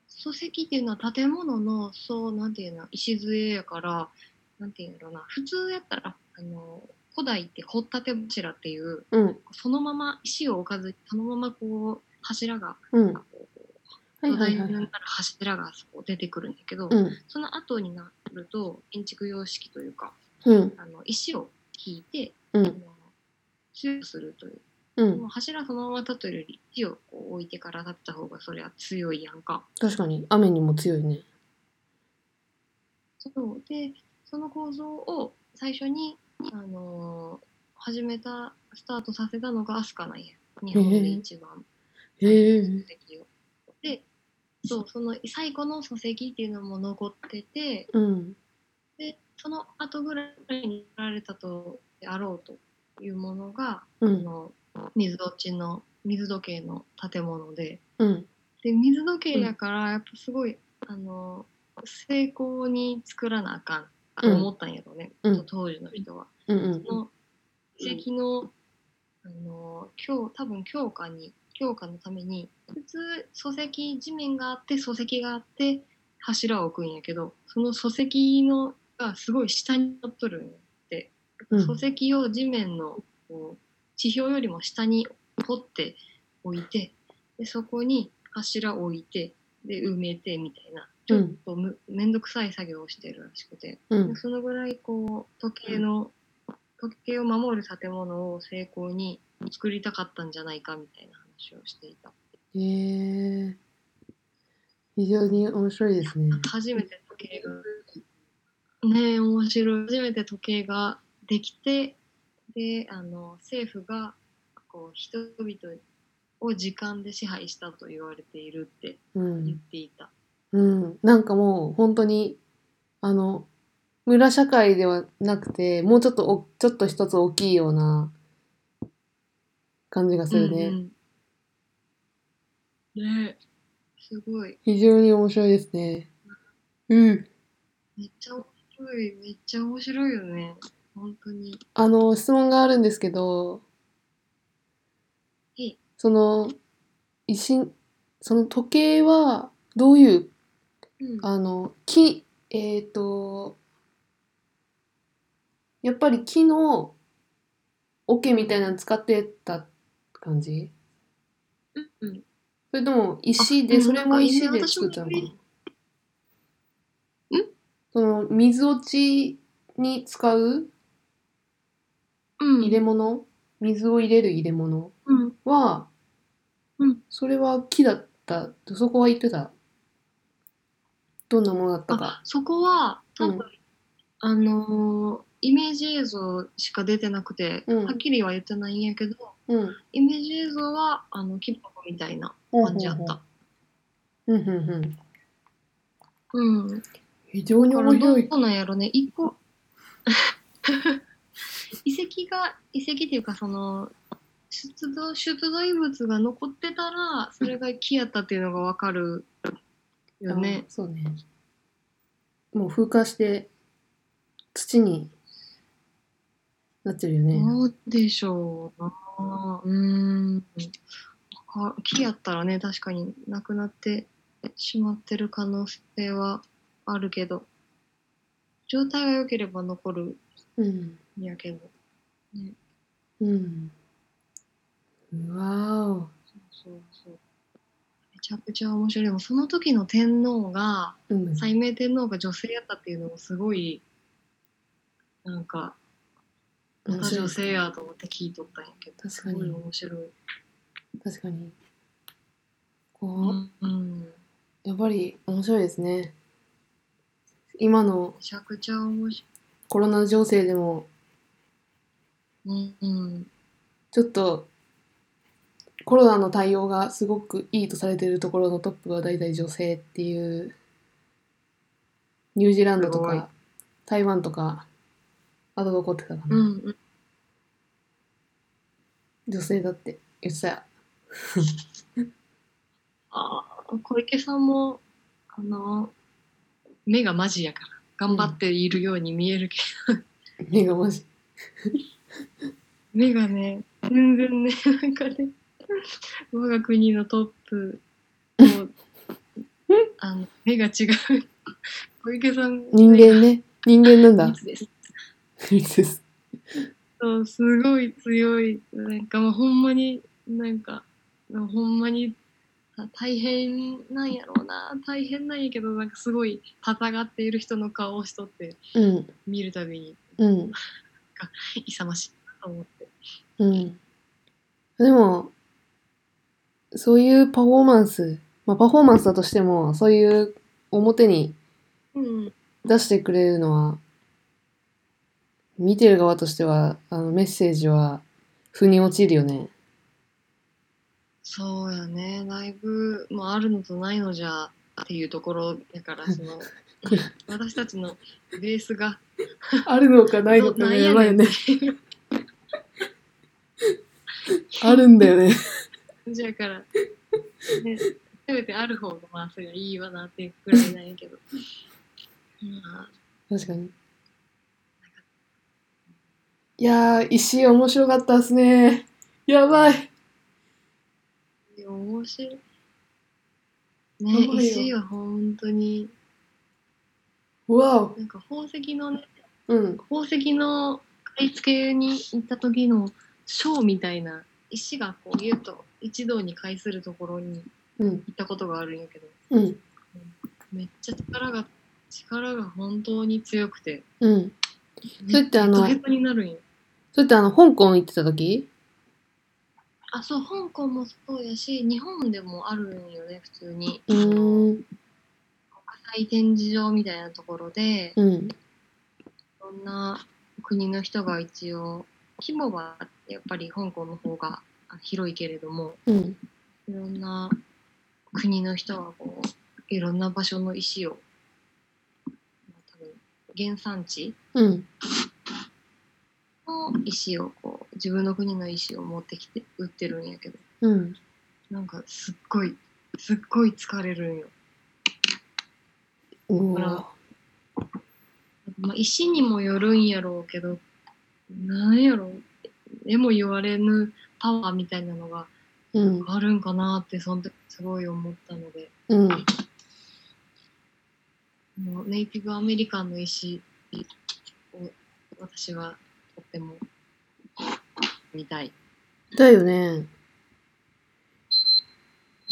[SPEAKER 2] 礎石っていうのは建物のそうなんていうの礎やからなんていうんやろな普通やったらあの古代って掘ったて柱っていう
[SPEAKER 1] うん、
[SPEAKER 2] そのまま石を置かずにそのままこう柱が
[SPEAKER 1] うん、は
[SPEAKER 2] こう
[SPEAKER 1] いはい
[SPEAKER 2] 土台に
[SPEAKER 1] は。
[SPEAKER 2] ないったら柱がそこ出てくるんだけど、
[SPEAKER 1] うん、
[SPEAKER 2] その後になると建築様式というか
[SPEAKER 1] うん、
[SPEAKER 2] あの石を引いて、
[SPEAKER 1] う
[SPEAKER 2] あ
[SPEAKER 1] ん、
[SPEAKER 2] の強くするという
[SPEAKER 1] うん
[SPEAKER 2] もう、柱そのまま立てるより石をこう置いてから立てた方がそりゃ強いやんか。
[SPEAKER 1] 確かに雨にも強いね。
[SPEAKER 2] そうでその構造を最初に、あのー始めたスタートさせたのがアスカなんや日本で一番
[SPEAKER 1] へえ、
[SPEAKER 2] 礎石を。でそうその最後の礎石っていうのも残ってて
[SPEAKER 1] うん、
[SPEAKER 2] でその後ぐらいに取られたとであろうというものが、
[SPEAKER 1] う
[SPEAKER 2] あ
[SPEAKER 1] ん。
[SPEAKER 2] の水どっちの水時計の建物で
[SPEAKER 1] うん。
[SPEAKER 2] で水時計やからやっぱすごい、あの成功に作らなあかんあ
[SPEAKER 1] うん
[SPEAKER 2] 思ったんやろうね、
[SPEAKER 1] うん
[SPEAKER 2] 当時の人は。
[SPEAKER 1] うん。うん
[SPEAKER 2] そ。の遺跡のあの今日多分強化に強化のために普通礎石地面があって礎石があって柱を置くんやけどその礎石のがすごい下になっとるんやって、
[SPEAKER 1] うん
[SPEAKER 2] 礎石を地面のこう地表よりも下に掘って置いてでそこに柱を置いてで埋めてみたいなちょっとむ、めんどくさい作業をしてるらしくて。
[SPEAKER 1] うん。
[SPEAKER 2] そのぐらいこう時計の、時計を守る建物を成功に作りたかったんじゃないかみたいな話をしていた、
[SPEAKER 1] へえ非常に面白いですね。
[SPEAKER 2] 初めて時計がねえ面白い初めて時計ができてであの政府がこう人々を時間で支配したと言われているって
[SPEAKER 1] う
[SPEAKER 2] 言っ
[SPEAKER 1] ん。
[SPEAKER 2] ていた、
[SPEAKER 1] うん。なんかもう本当に、あの、村社会ではなくて、もうちょっとお、ちょっと一つ大きいような感じがするね。
[SPEAKER 2] うんうんねえすごい
[SPEAKER 1] 非常に面白いですね。うん。
[SPEAKER 2] めっちゃ面白い、めっちゃ面白いよね。本当に。
[SPEAKER 1] あの、質問があるんですけど、
[SPEAKER 2] はい
[SPEAKER 1] その、一心、その時計はどういう
[SPEAKER 2] うん
[SPEAKER 1] あの木えっ、とやっぱり木の桶みたいなの使ってた感じ
[SPEAKER 2] うん、
[SPEAKER 1] それとも石
[SPEAKER 2] あ
[SPEAKER 1] で
[SPEAKER 2] うん
[SPEAKER 1] それも石で作ったのかなその水落ちに使う
[SPEAKER 2] うん。
[SPEAKER 1] 入れ物水を入れる入れ物
[SPEAKER 2] うん。
[SPEAKER 1] は、
[SPEAKER 2] うん
[SPEAKER 1] それは木だったとそこは言ってたどんなものだった
[SPEAKER 2] あ
[SPEAKER 1] か、
[SPEAKER 2] そこは、多分、
[SPEAKER 1] うん
[SPEAKER 2] あのーイメージ映像しか出てなくて、
[SPEAKER 1] うん
[SPEAKER 2] はっきりは言ってないんやけど、
[SPEAKER 1] うん、
[SPEAKER 2] イメージ映像は、あの、木箱みたいな
[SPEAKER 1] ほうほうほう
[SPEAKER 2] 感じやった。
[SPEAKER 1] うんうんうん
[SPEAKER 2] うん。
[SPEAKER 1] 非常に
[SPEAKER 2] だから
[SPEAKER 1] 面
[SPEAKER 2] ど
[SPEAKER 1] 白
[SPEAKER 2] う
[SPEAKER 1] い
[SPEAKER 2] どうなんやろね、一個、 (laughs) 遺跡が、遺跡っていうか、その、出土出土遺物が残ってたら、それが木やったっていうのがわかるよね
[SPEAKER 1] あ。そうね。もう風化して土になってるよね。
[SPEAKER 2] どうでしょうな。うーん。わか木やったらね、確かになくなってしまってる可能性はあるけど、状態が良ければ残る
[SPEAKER 1] うん。
[SPEAKER 2] んやけど。
[SPEAKER 1] うん。うわお。
[SPEAKER 2] そうそう。めちゃくちゃ面白い。でもその時の天皇が、
[SPEAKER 1] うん。
[SPEAKER 2] 斉明天皇が女性やったっていうのもすごい、なんか、ま
[SPEAKER 1] 面
[SPEAKER 2] た
[SPEAKER 1] 白い
[SPEAKER 2] 女性やと思って聞いとったんやけど、
[SPEAKER 1] 確か
[SPEAKER 2] す
[SPEAKER 1] に
[SPEAKER 2] ごい面白い。
[SPEAKER 1] 確かに。こ
[SPEAKER 2] うん、う
[SPEAKER 1] う、
[SPEAKER 2] ん
[SPEAKER 1] やっぱり面白いですね。今の
[SPEAKER 2] めちゃくちゃ面白い。
[SPEAKER 1] コロナ情勢でも
[SPEAKER 2] うんうん、
[SPEAKER 1] ちょっとコロナの対応がすごくいいとされているところのトップは大体女性っていうニュージーランド
[SPEAKER 2] す
[SPEAKER 1] と
[SPEAKER 2] ごい
[SPEAKER 1] か台湾とかあとどこってたか
[SPEAKER 2] う
[SPEAKER 1] な、
[SPEAKER 2] んうん、
[SPEAKER 1] 女性だって言ってたよ
[SPEAKER 2] あー小池さんもあの目がマジやから頑張っているように見えるけ
[SPEAKER 1] 目がマジ
[SPEAKER 2] ど、目がね全然ねなんかね我が国のトップとあの目が違う小池さん
[SPEAKER 1] 人間ね人間なんだ
[SPEAKER 2] (laughs) やつです
[SPEAKER 1] いつです
[SPEAKER 2] そうすごい強いなんかもうほんまになんかほんまにあ大変なんやろうな大変なんやけどなんかすごい戦っている人の顔をしとって
[SPEAKER 1] うん
[SPEAKER 2] 見るたびに
[SPEAKER 1] うん
[SPEAKER 2] 勇ましいなと思って
[SPEAKER 1] うんでもそういうパフォーマンスまあパフォーマンスだとしてもそういう表に
[SPEAKER 2] うん
[SPEAKER 1] 出してくれるのは見てる側としてはあのメッセージは腑に落ちるよ (laughs) ね。
[SPEAKER 2] そうやねライブもあるのとないのじゃっていうところだからその私たちのベースが
[SPEAKER 1] あるのかない
[SPEAKER 2] のかやばいよ
[SPEAKER 1] ね。 (laughs) あるんだよね。
[SPEAKER 2] じゃから、ね、せめてある方がまあそれはいいわなっていうくらいなんやけ (laughs) ど。まあ、
[SPEAKER 1] 確かに。いやー、石井面白かったっすね。やばい。
[SPEAKER 2] 面白い。
[SPEAKER 1] やば
[SPEAKER 2] ね、
[SPEAKER 1] いよ
[SPEAKER 2] 石は本当に、
[SPEAKER 1] わお。
[SPEAKER 2] なんか宝石のね、
[SPEAKER 1] うん。
[SPEAKER 2] 宝石の買い付けに行った時のショーみたいな、石がこう言うと一堂に会するところに
[SPEAKER 1] うん。
[SPEAKER 2] 行ったことがあるんやけど、
[SPEAKER 1] うん。
[SPEAKER 2] めっちゃ力が、力が本当に強くて、
[SPEAKER 1] うん。それってあの
[SPEAKER 2] ヘトヘトになるんよ。
[SPEAKER 1] それってあの、香港行ってた時
[SPEAKER 2] あ、そう、香港もそうやし、日本でもあるんよね、普通に。
[SPEAKER 1] うーん。
[SPEAKER 2] 国際展示場みたいなところで、い
[SPEAKER 1] うん。
[SPEAKER 2] ろんな国の人が一応、規模はやっぱり香港の方があ広いけれども、
[SPEAKER 1] うん。
[SPEAKER 2] いろんな国の人がこう、いろんな場所の石を、まあ多分原産地
[SPEAKER 1] うん。
[SPEAKER 2] の石をこう、自分の国の石を持ってきて売ってるんやけど、
[SPEAKER 1] うん。
[SPEAKER 2] なんかすっごい、すっごい疲れるんよ。
[SPEAKER 1] う
[SPEAKER 2] ほ
[SPEAKER 1] わ
[SPEAKER 2] らまあ、石にもよるんやろうけど、なんやろ、でも言われぬパワーみたいなのが
[SPEAKER 1] うん。
[SPEAKER 2] あるんかなって、その時すごい思ったので、
[SPEAKER 1] うん。
[SPEAKER 2] もうネイティブアメリカンの石を私はとっても見たい。
[SPEAKER 1] だよね。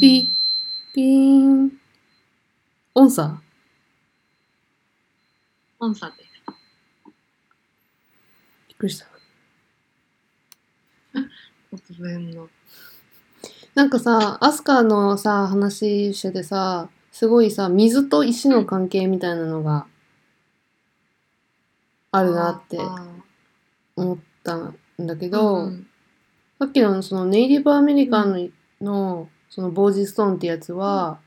[SPEAKER 1] ピピーン。音叉
[SPEAKER 2] コンサートです。
[SPEAKER 1] びっくりした。
[SPEAKER 2] 突然の。
[SPEAKER 1] なんかさ、アスカのさ、話しててさ、すごいさ、水と石の関係みたいなのがあるなって思ったんだけ
[SPEAKER 2] け
[SPEAKER 1] ど、
[SPEAKER 2] うん
[SPEAKER 1] さっきのそのネイティブアメリカンの,、のそのボージストーンってやつは、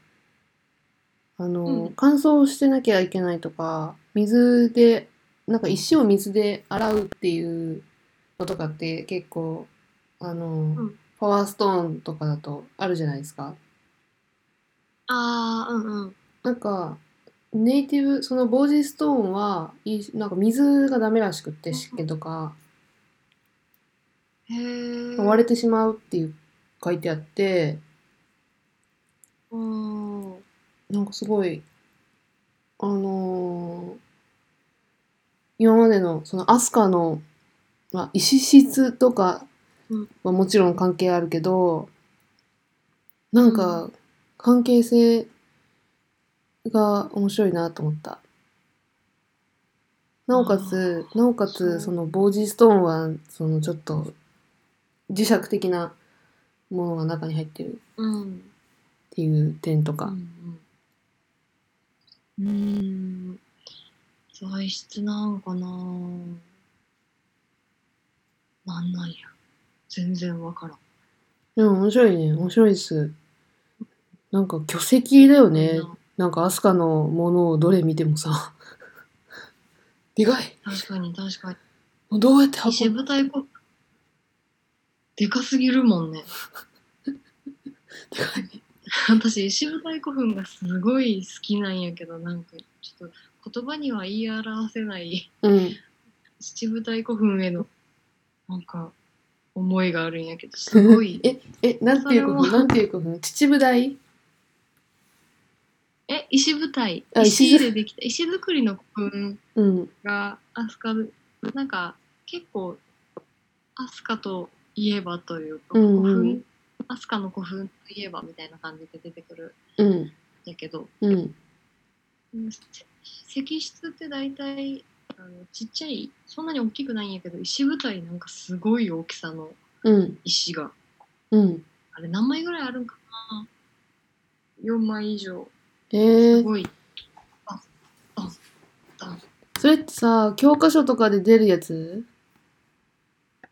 [SPEAKER 1] あの、
[SPEAKER 2] うん
[SPEAKER 1] 乾燥してなきゃいけないとか水でなんか石を水で洗うっていうのとかって結構あの、
[SPEAKER 2] ん
[SPEAKER 1] パワーストーンとかだとあるじゃないですか。
[SPEAKER 2] ああ、うんうん。
[SPEAKER 1] なんかネイティブそのボージストーンはいなんか水がダメらしくって湿気とか
[SPEAKER 2] へえ。
[SPEAKER 1] 割れてしまうっていう書いてあって。
[SPEAKER 2] おー
[SPEAKER 1] なんかすごい、あのー今までの、そのアスカの、まあ、石質とか
[SPEAKER 2] うん
[SPEAKER 1] はもちろん関係あるけど、なんか、関係性が面白いなと思った。なおかつ、なおか
[SPEAKER 2] そう
[SPEAKER 1] つ、その、ボージストーンは、その、ちょっと、磁石的なものが中に入ってる
[SPEAKER 2] うん。
[SPEAKER 1] っていう点と
[SPEAKER 2] う
[SPEAKER 1] か。
[SPEAKER 2] んうん、うーん材質なんかななんなんや全然わからん
[SPEAKER 1] でも面白いね。面白いです。なんか巨石だよね。なんかアスカのものをどれ見てもさ。 (laughs) でかい。
[SPEAKER 2] 確かに確か
[SPEAKER 1] どうやって
[SPEAKER 2] に石
[SPEAKER 1] 運ぶ
[SPEAKER 2] 舞台こでかすぎるもんね (laughs)
[SPEAKER 1] でかい。
[SPEAKER 2] 私石舞台古墳がすごい好きなんやけどなんかちょっと言葉には言い表せない (laughs)
[SPEAKER 1] うん。
[SPEAKER 2] 石舞台古墳へのなんか思いがあるんやけどすご
[SPEAKER 1] (laughs)
[SPEAKER 2] い
[SPEAKER 1] え、え、なんていう古
[SPEAKER 2] それ
[SPEAKER 1] 墳なんていう古墳秩父大
[SPEAKER 2] え、石舞台。
[SPEAKER 1] あ石
[SPEAKER 2] 石
[SPEAKER 1] づ
[SPEAKER 2] でできた。石造りの古墳
[SPEAKER 1] うん。
[SPEAKER 2] が、アスカ、なんか、結構、アスカといえばというか、
[SPEAKER 1] うんうん
[SPEAKER 2] 古墳、アスカの古墳といえばみたいな感じで出てくる
[SPEAKER 1] うん。
[SPEAKER 2] んやけど、
[SPEAKER 1] うん。
[SPEAKER 2] うんせ石室って大体、あのちっちゃい、そんなに大きくないんやけど、石舞台なんかすごい大きさの
[SPEAKER 1] うん。
[SPEAKER 2] 石が、
[SPEAKER 1] うん。
[SPEAKER 2] あれ何枚ぐらいあるんかな ?4 枚以上。
[SPEAKER 1] え
[SPEAKER 2] す
[SPEAKER 1] ー、
[SPEAKER 2] ごい。
[SPEAKER 1] それってさ、教科書とかで出るやつ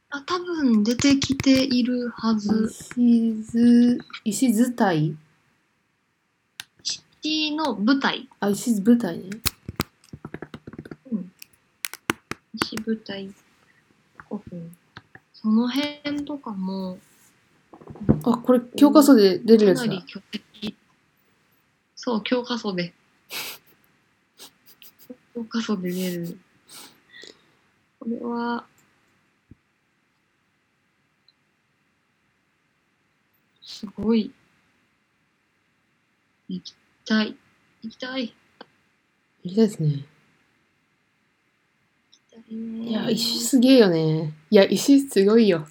[SPEAKER 2] あ、多分出てきているはず。
[SPEAKER 1] 石図、石図体
[SPEAKER 2] シの舞台。
[SPEAKER 1] あ、石図舞台ね。
[SPEAKER 2] 石舞台古墳。その辺とかも、
[SPEAKER 1] あ、これ教科書で出るや
[SPEAKER 2] か
[SPEAKER 1] つ
[SPEAKER 2] な
[SPEAKER 1] だ
[SPEAKER 2] り。巨石。そう、教科書 (laughs) で。教科書で出る。これは、すごい。行きたい。行きたい。
[SPEAKER 1] いいですね。
[SPEAKER 2] 行きたいね。
[SPEAKER 1] いや、石すげえよね。いや、石すごいよ。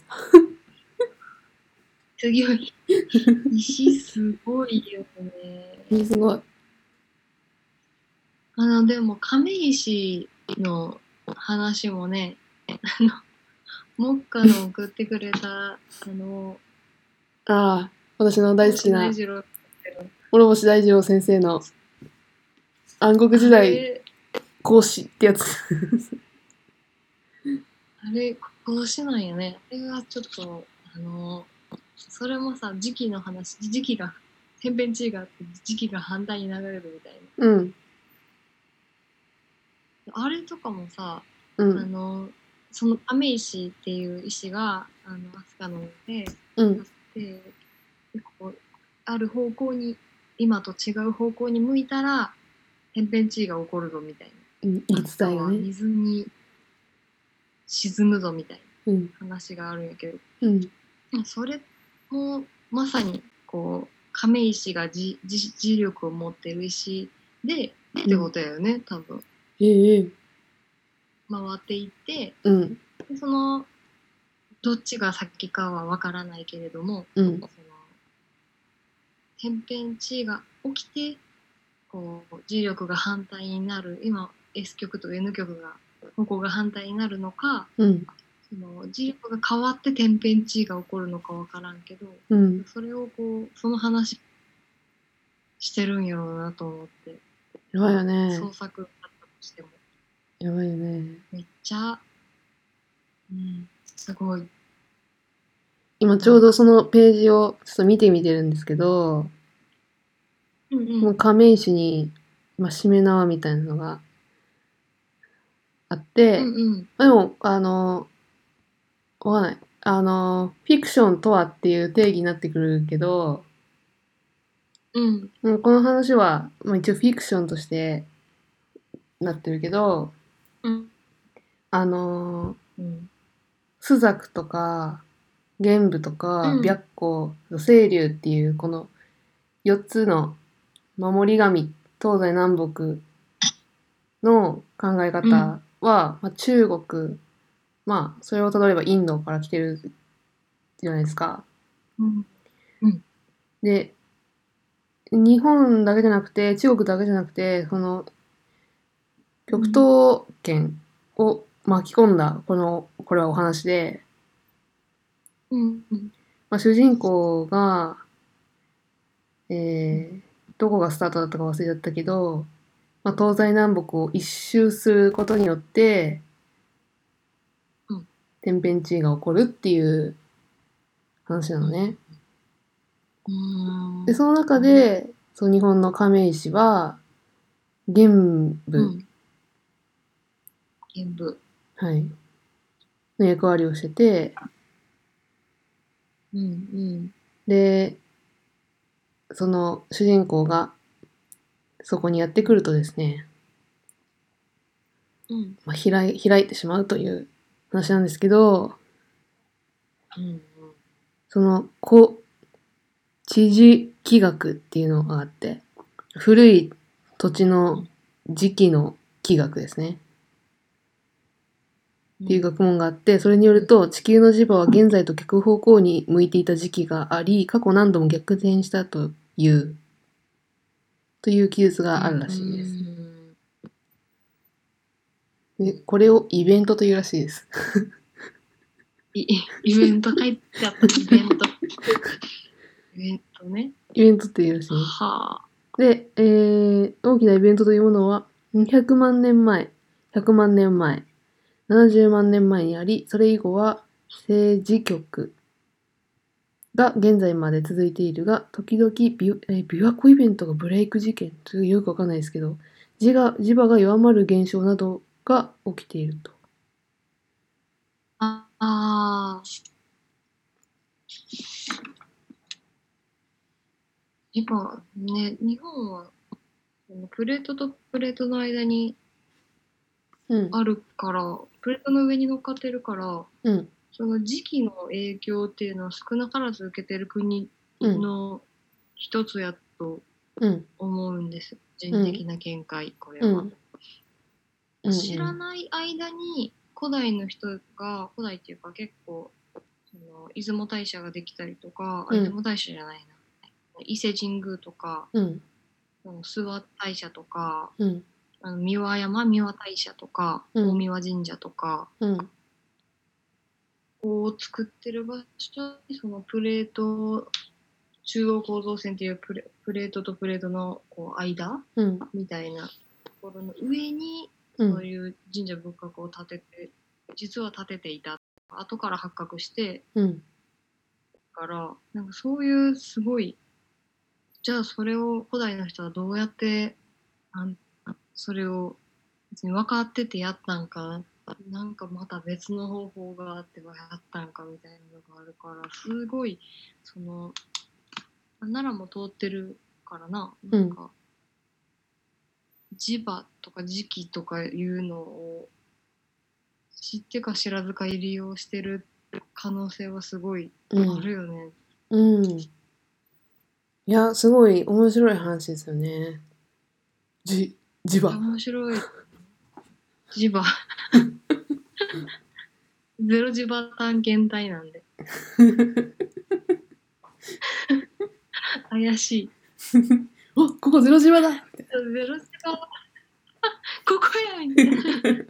[SPEAKER 2] 強
[SPEAKER 1] (laughs)
[SPEAKER 2] い。石すごいよね。
[SPEAKER 1] 石すごい。
[SPEAKER 2] あの、でも、亀石の話もね、あの、モッカの送ってくれた、あの、
[SPEAKER 1] ああ、私の大好きな
[SPEAKER 2] 大、二郎
[SPEAKER 1] 諸星大二郎先生の暗黒時
[SPEAKER 2] あ
[SPEAKER 1] 代
[SPEAKER 2] れ、
[SPEAKER 1] 講師ってやつ。 (laughs)
[SPEAKER 2] あれ講師なんやね。あれはちょっと、あの、それもさ、時期の話、時期が、天変地異があって、時期が反対に流れるみたい
[SPEAKER 1] うん、
[SPEAKER 2] な。あれとかもさ、
[SPEAKER 1] う
[SPEAKER 2] あ
[SPEAKER 1] ん、
[SPEAKER 2] の、その亀石っていう石が、あの、飛鳥の上で、
[SPEAKER 1] うん、
[SPEAKER 2] でこうある方向に今と違う方向に向いたら天変地異が起こるぞみたいな
[SPEAKER 1] うん言ってたよね。
[SPEAKER 2] 水に沈むぞみたい
[SPEAKER 1] うん、
[SPEAKER 2] な話があるんやけど
[SPEAKER 1] うん、
[SPEAKER 2] それもまさにこう亀石がじじ磁力を持ってる石でってことやよね、多分
[SPEAKER 1] ええ、
[SPEAKER 2] 回っていって
[SPEAKER 1] うん、
[SPEAKER 2] でそのどっちが先かは分からないけれども、
[SPEAKER 1] うん
[SPEAKER 2] その天変地異が起きてこう重力が反対になる今 S 極と N 極が方向が反対になるのか
[SPEAKER 1] うん、
[SPEAKER 2] その重力が変わって天変地異が起こるのか分からんけど
[SPEAKER 1] うん。
[SPEAKER 2] それをこうその話してるんやろうなと思って、
[SPEAKER 1] やばいよね。
[SPEAKER 2] 創作だったとしても
[SPEAKER 1] やばいよね。
[SPEAKER 2] めっちゃ、うん、すごい。
[SPEAKER 1] 今ちょうどそのページをちょっと見てみてるんですけど、
[SPEAKER 2] うんうん
[SPEAKER 1] もう亀石に、まあ、しめ縄みたいなのがあって、
[SPEAKER 2] うんうん
[SPEAKER 1] まあでも、あの、わかんない。あの、フィクションとはっていう定義になってくるけど、
[SPEAKER 2] うん
[SPEAKER 1] うんこの話は、まあ、一応フィクションとしてなってるけど、
[SPEAKER 2] うん
[SPEAKER 1] あの、
[SPEAKER 2] うん
[SPEAKER 1] 朱雀とか、玄武とか
[SPEAKER 2] う、ん
[SPEAKER 1] 白虎、清流っていう、この4つの守り神、東西南北の考
[SPEAKER 2] う
[SPEAKER 1] え
[SPEAKER 2] ん
[SPEAKER 1] 方は、まあ、中国、まあ、それをたどればインドから来てるじゃないですか。
[SPEAKER 2] うん
[SPEAKER 1] で、日本だけじゃなくて、中国だけじゃなくて、その、極東圏を巻き込んだ、この、これはお話で、
[SPEAKER 2] うんうん
[SPEAKER 1] まあ、主人公が、えーどこがスタートだったか忘れちゃったけど、まあ、東西南北を一周することによって、
[SPEAKER 2] うん
[SPEAKER 1] 天変地異が起こるっていう話なのね。
[SPEAKER 2] うん
[SPEAKER 1] で、その中で、そう日本の亀石は、玄武、
[SPEAKER 2] うん全部。
[SPEAKER 1] はい、の役割をしてて、
[SPEAKER 2] うんうん
[SPEAKER 1] で、その主人公がそこにやってくるとですね、
[SPEAKER 2] うん
[SPEAKER 1] まあ、開い開いてしまうという話なんですけど、
[SPEAKER 2] うん
[SPEAKER 1] その古地磁気学っていうのがあって、古い土地の時期の気学ですね。
[SPEAKER 2] うん。
[SPEAKER 1] っていう学問があって、それによると地球の磁場は現在と逆方向に向いていた時期があり、過去何度も逆転したという、という記述があるらしいです。
[SPEAKER 2] うん
[SPEAKER 1] で、これをイベントというらしいです。
[SPEAKER 2] イ (laughs) イベント書いてあった、イベント。 (laughs) イベントね。
[SPEAKER 1] イベントというらしいです。
[SPEAKER 2] はあ。
[SPEAKER 1] で、えー、大きなイベントというものは、200万年前、100万年前、70万年前にあり、それ以後は政治局が現在まで続いているが、時々びえー琵琶湖イベントがブレイク事件というよくわかんないですけど、磁が磁場が弱まる現象などが起きていると。
[SPEAKER 2] ああ。今ね、日本はそのプレートとプレートの間に
[SPEAKER 1] うん。
[SPEAKER 2] あるから、プレートの上に乗っかってるから、
[SPEAKER 1] うん。
[SPEAKER 2] その時期の影響っていうのは少なからず受けてる国
[SPEAKER 1] うん。
[SPEAKER 2] の一つやと
[SPEAKER 1] うん。
[SPEAKER 2] 思うんです。人的な見解、これ
[SPEAKER 1] う
[SPEAKER 2] は。
[SPEAKER 1] ん。うん
[SPEAKER 2] 知らない間に古代の人が古代っていうか結構その出雲大社ができたりとか、あ
[SPEAKER 1] うん
[SPEAKER 2] 出雲大社じゃないな伊勢神宮とか
[SPEAKER 1] うん。
[SPEAKER 2] あの諏訪大社とか
[SPEAKER 1] うん。
[SPEAKER 2] あの三輪山三輪大社とか、
[SPEAKER 1] うん
[SPEAKER 2] 大三輪神社とか
[SPEAKER 1] うん。
[SPEAKER 2] を作ってる場所にそのプレート中央構造線っていうプレプレートとプレートのこう間
[SPEAKER 1] うん。
[SPEAKER 2] みたいなところの上に
[SPEAKER 1] う。
[SPEAKER 2] そうんいう神社仏閣を建てて実は建てていた後から発覚して
[SPEAKER 1] うん。
[SPEAKER 2] からなんかそういうすごいじゃあそれを古代の人はどうやってなんそれを別に分かっててやったんかなんかまた別の方法があってはやったんかみたいなのがあるからすごいその奈良も通ってるからななんか、磁場とか磁気とかいうのを知ってか知らずか利用してる可能性はすごい
[SPEAKER 1] うん
[SPEAKER 2] あるよね。
[SPEAKER 1] うん。いや、すごい面白い話ですよね。じ、磁場。
[SPEAKER 2] 面白い。磁
[SPEAKER 1] (laughs)
[SPEAKER 2] 場。ゼロ磁場探検隊なんで。怪しい。
[SPEAKER 1] あ、ここゼロ磁場だ
[SPEAKER 2] ゼロ磁場。 (laughs) ここやみたいな。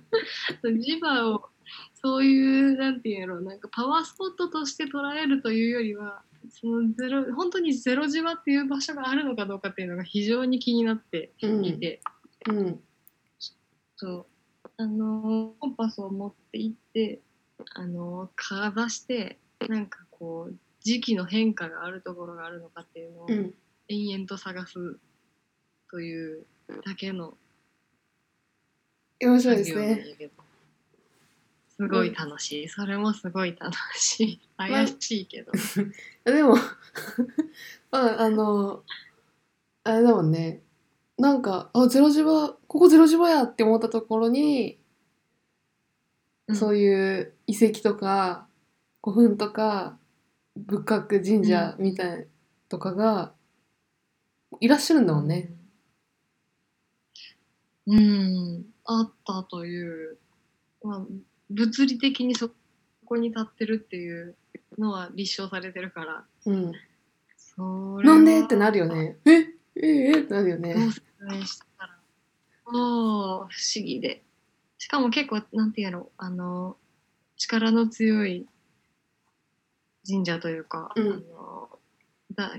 [SPEAKER 2] 磁場を、そういう、なんていうんやろう、なんかパワースポットとして捉えるというよりは、そのゼロ、本当にゼロ磁場っていう場所があるのかどうかっていうのが非常に気になって
[SPEAKER 1] う
[SPEAKER 2] い
[SPEAKER 1] ん。
[SPEAKER 2] て。
[SPEAKER 1] うん。
[SPEAKER 2] そうあのーコンパスを持って行ってあのーかざしてなんかこう時期の変化があるところがあるのかっていうのを
[SPEAKER 1] うん。
[SPEAKER 2] 延々と探すというだけの
[SPEAKER 1] 面白
[SPEAKER 2] 作
[SPEAKER 1] いです
[SPEAKER 2] 業
[SPEAKER 1] ね。
[SPEAKER 2] にいればすごい楽しいそれもすごい楽しい
[SPEAKER 1] あ
[SPEAKER 2] 怪しいけど
[SPEAKER 1] でも (laughs) ああのあれだもんねなんかあゼロ磁場ここゼロ磁場やって思ったところに、そういう遺跡とか古墳とか仏閣神社みたいなとかが、いらっしゃるんだもんね。
[SPEAKER 2] うんうんあったという、まあ、物理的にそこに立ってるっていうのは立証されてるから
[SPEAKER 1] うん、
[SPEAKER 2] それは
[SPEAKER 1] なんでってなるよね。ええええってなるよ
[SPEAKER 2] どう
[SPEAKER 1] ね。
[SPEAKER 2] 説明したらもう不思議でしかも結構なんていうのあの力の強い神社というか、
[SPEAKER 1] うん
[SPEAKER 2] あのだ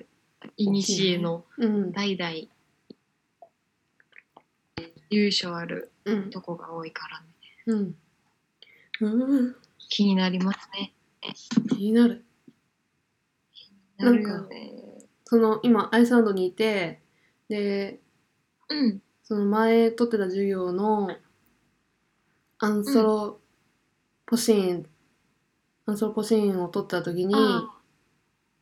[SPEAKER 2] いにしえの
[SPEAKER 1] うん
[SPEAKER 2] 代々由緒ある
[SPEAKER 1] うん
[SPEAKER 2] とこが多いからね
[SPEAKER 1] うんうん、
[SPEAKER 2] 気になりますね。
[SPEAKER 1] 気になる。
[SPEAKER 2] なるよね。
[SPEAKER 1] その今アイスランドにいてで
[SPEAKER 2] うん。
[SPEAKER 1] その前取ってた授業のアンソロポシーン、アンソロポシーンを取った時に
[SPEAKER 2] あ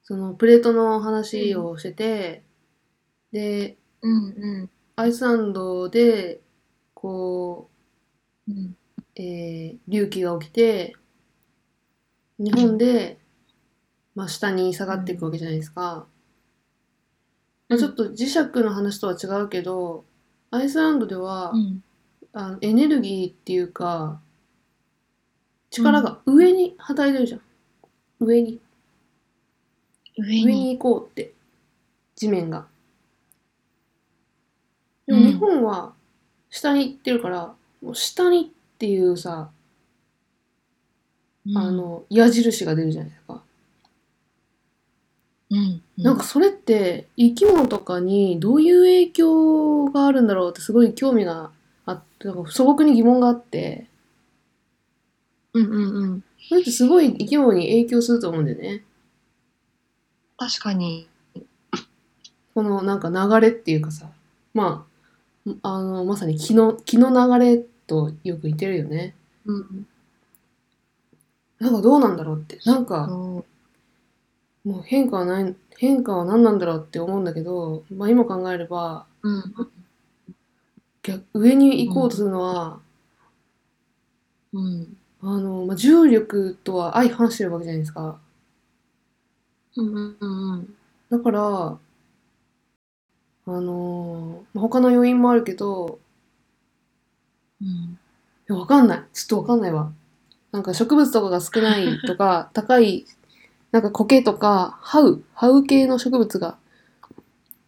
[SPEAKER 1] そのプレートの話をしてて、で
[SPEAKER 2] うんう
[SPEAKER 1] アイスランドでこ
[SPEAKER 2] んうん。
[SPEAKER 1] う、えー隆起が起きて日本で、まあ、下に下がっていくわけじゃないですか、まあ、ちょっと磁石の話とは違うけどアイスランドでは、
[SPEAKER 2] うん
[SPEAKER 1] あのエネルギーっていうか力が上に働いてるじゃん、上に
[SPEAKER 2] 上
[SPEAKER 1] 上
[SPEAKER 2] に。
[SPEAKER 1] に行こうって地面がでも日本は下に行ってるから、もう下にっていうさ、あの矢印が出るじゃないですか、
[SPEAKER 2] うん、うん。
[SPEAKER 1] なんかそれって生き物とかにどういう影響があるんだろうってすごい興味があってなんか素朴に疑問があって
[SPEAKER 2] うんうんうん。
[SPEAKER 1] それってすごい生き物に影響すると思うんだよね
[SPEAKER 2] 確かに。
[SPEAKER 1] このなんか流れっていうかさまああのまさに気の気の流れとよく似てるよね
[SPEAKER 2] うん。
[SPEAKER 1] なんかどうなんだろうってなんか
[SPEAKER 2] そう
[SPEAKER 1] もう変化はない、変化は何なんだろうって思うんだけど、まあ今考えれば、
[SPEAKER 2] うん。
[SPEAKER 1] 逆上に行こうとするのは、
[SPEAKER 2] うん。
[SPEAKER 1] あの、まあ、重力とは相反してるわけじゃないですか。
[SPEAKER 2] うんうんうん
[SPEAKER 1] だから、あのーまあ、他の要因もあるけど、
[SPEAKER 2] うん。
[SPEAKER 1] いやわかんない。ちょっとわかんないわ。なんか植物とかが少 (laughs) ないとか、高い、なんか苔とか、ハウ、ハウ系の植物が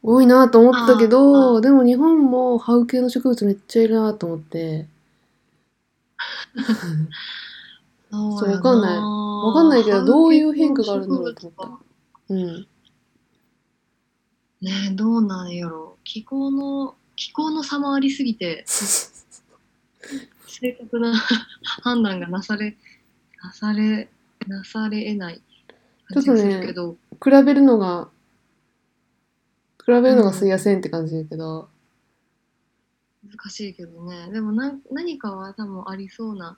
[SPEAKER 1] 多いなと思ったけ
[SPEAKER 2] あ
[SPEAKER 1] ど、でも日本もハウ系の植物めっちゃいるなと思って、
[SPEAKER 2] そ
[SPEAKER 1] そうわかんないわかんないけどどういう変化があるんだろうと思った
[SPEAKER 2] っ
[SPEAKER 1] うん。 (laughs)
[SPEAKER 2] ねえどうなんやろ気候の気候の差もありすぎて正確な (laughs) 判断がなされなされなされえない感じがするけど、
[SPEAKER 1] 比べるのが、比べるのがすいやせんって感じだけど、
[SPEAKER 2] 難しいけどねでもな何かは多分ありそうな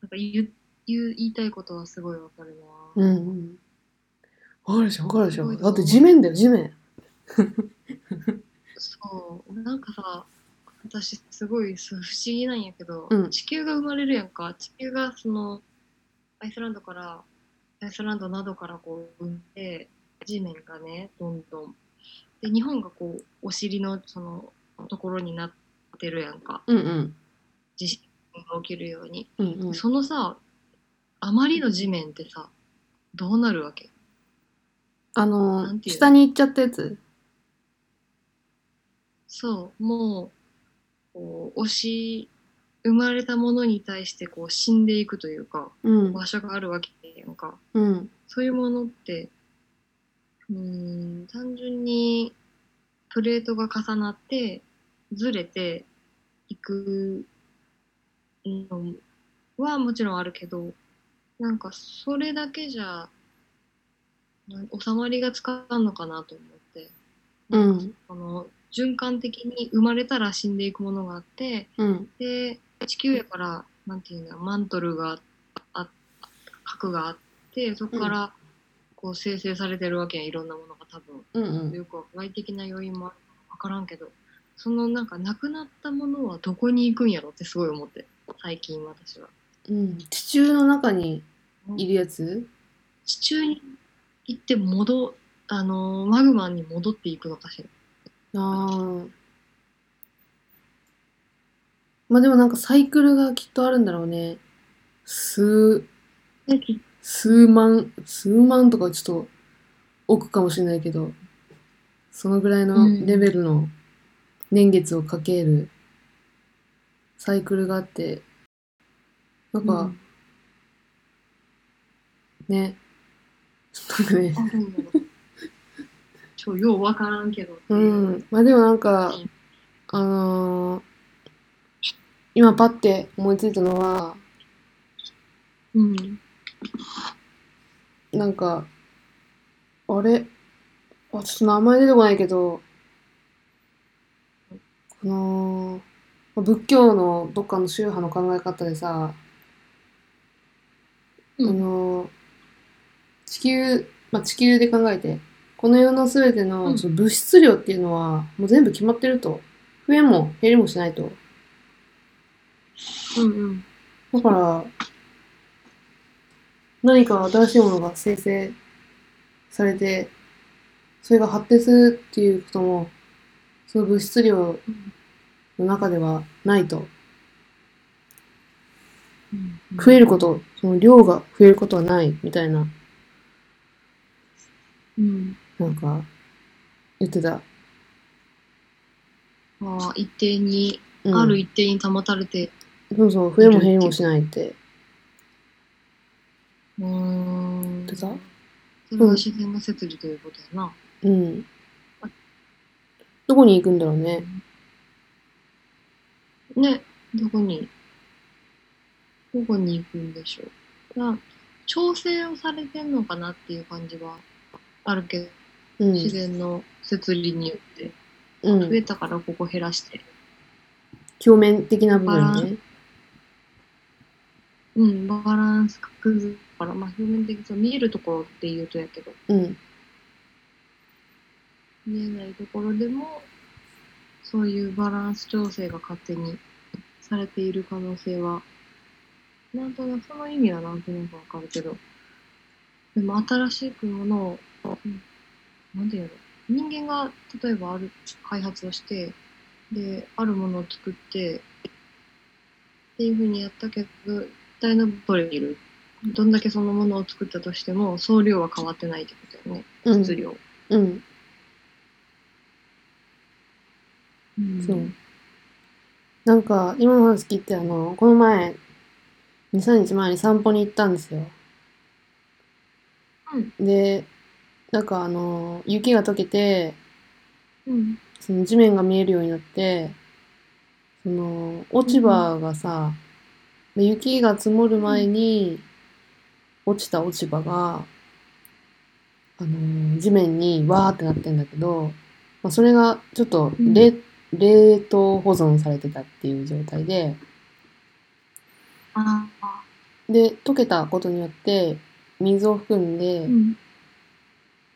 [SPEAKER 2] なんか言う言う言いたいことはすごいわかるな、
[SPEAKER 1] うんうん。わかるでしょわかるでしょだって地面だよ、地面。
[SPEAKER 2] そうなんかさ私すごいそう不思議なんやけど、
[SPEAKER 1] うん
[SPEAKER 2] 地球が生まれるやんか地球がそのアイスランドからアイスランドなどからこう生んで地面がねどんどんで日本がこうお尻のそのところになってるやんか
[SPEAKER 1] うんうん。
[SPEAKER 2] 地震が起きるように、
[SPEAKER 1] うんうん。
[SPEAKER 2] そのさあまりの地面ってさどうなるわけ
[SPEAKER 1] あの
[SPEAKER 2] なんていうの
[SPEAKER 1] 下に行っちゃったやつ。
[SPEAKER 2] そう、もう、こう、推し、生まれたものに対してこう死んでいくというか、
[SPEAKER 1] うん。
[SPEAKER 2] 場所があるわけやんか。
[SPEAKER 1] うん。
[SPEAKER 2] そういうものって、うーん、単純にプレートが重なって、ずれていくのはもちろんあるけど、なんかそれだけじゃ、なん収まりがつかんのかなと思って。
[SPEAKER 1] うん。
[SPEAKER 2] この循環的に生まれたら死んでいくものがあって
[SPEAKER 1] うん。
[SPEAKER 2] で地球やからなんていうんだマントルがあ核があってそこからこう生成されてるわけやいろんなものが多分
[SPEAKER 1] うん。うん。
[SPEAKER 2] よくは外的な要因も分からんけどそのなんかなくなったものはどこに行くんやろってすごい思って最近私は
[SPEAKER 1] うん。地中の中にいるやつ
[SPEAKER 2] 地中に行って戻あのーマグマに戻っていくのかしら
[SPEAKER 1] ああ。まあでもなんかサイクルがきっとあるんだろうね。数、
[SPEAKER 2] でき
[SPEAKER 1] 数万、数万とかちょっと億かもしれないけど、そのぐらいのレベルの年月をかけるサイクルがあって、なん
[SPEAKER 2] う
[SPEAKER 1] か
[SPEAKER 2] ん
[SPEAKER 1] ね、 (laughs) なんかね、
[SPEAKER 2] あそうなのちょ、ようわからんけど。
[SPEAKER 1] うん。まあでもなんか、あのー今パッて思いついたのは、
[SPEAKER 2] うん。
[SPEAKER 1] なんか、あれあ、ちょっと名前出てこないけど、この、まあ仏教のどっかの宗派の考え方でさ、
[SPEAKER 2] う
[SPEAKER 1] あ
[SPEAKER 2] ん。
[SPEAKER 1] のー地球、まあ、地球で考えて、この世の全て
[SPEAKER 2] う
[SPEAKER 1] の
[SPEAKER 2] ん
[SPEAKER 1] その物質量っていうのは、もう全部決まってると。増えも減りもしないと。
[SPEAKER 2] うん。
[SPEAKER 1] だから、何か新しいものが生成されて、それが発展するっていうことも、その物質量の中ではないと。
[SPEAKER 2] うん。
[SPEAKER 1] 増えること、その量が増えることはないみたいな、
[SPEAKER 2] うん。
[SPEAKER 1] なんか、言ってた。
[SPEAKER 2] まあ、一定に、
[SPEAKER 1] うん、
[SPEAKER 2] ある一定に保たれて、
[SPEAKER 1] そうそう、増えも減りもしないって。
[SPEAKER 2] うーん。
[SPEAKER 1] 出た
[SPEAKER 2] それは自然の摂理ということやな。
[SPEAKER 1] うん。どこに行くんだろうね。
[SPEAKER 2] ね、どこに、どこに行くんでしょう。まあ、調整をされてんのかなっていう感じはあるけど、
[SPEAKER 1] うん。
[SPEAKER 2] 自然の摂理によって、
[SPEAKER 1] う
[SPEAKER 2] 増
[SPEAKER 1] ん。
[SPEAKER 2] えたからここ減らして、
[SPEAKER 1] 表面的な部分ね。
[SPEAKER 2] うん、バランス崩すから、まあ、表面的にそう見えるところっていうとやけど、
[SPEAKER 1] うん。
[SPEAKER 2] 見えないところでも、そういうバランス調整が勝手にされている可能性は、なんとなく、その意味はなんとなくわかるけど、でも新しくものを、うんなんていうの、人間が例えばある開発をして、で、あるものを作って、っていうふうにやったけど、一体のどれにいるどんだけそのものを作ったとしても、総量は変わってないってことよね、
[SPEAKER 1] うん
[SPEAKER 2] 質量。
[SPEAKER 1] うん、
[SPEAKER 2] うん
[SPEAKER 1] そう。なんか、今の話聞いて、あの、この前、2、3日前に散歩に行ったんですよ。で、なんかあの、雪が溶けて、
[SPEAKER 2] うん。
[SPEAKER 1] その地面が見えるようになって、その、落ち葉がさ、で雪が積もる前に、落ちた落ち葉が、あの、地面にわーってなってんだけど、まあ、それがちょっと
[SPEAKER 2] うん
[SPEAKER 1] 冷、冷凍保存されてたっていう状態で、
[SPEAKER 2] ああ。
[SPEAKER 1] で、溶けたことによって、水を含んで、
[SPEAKER 2] うん。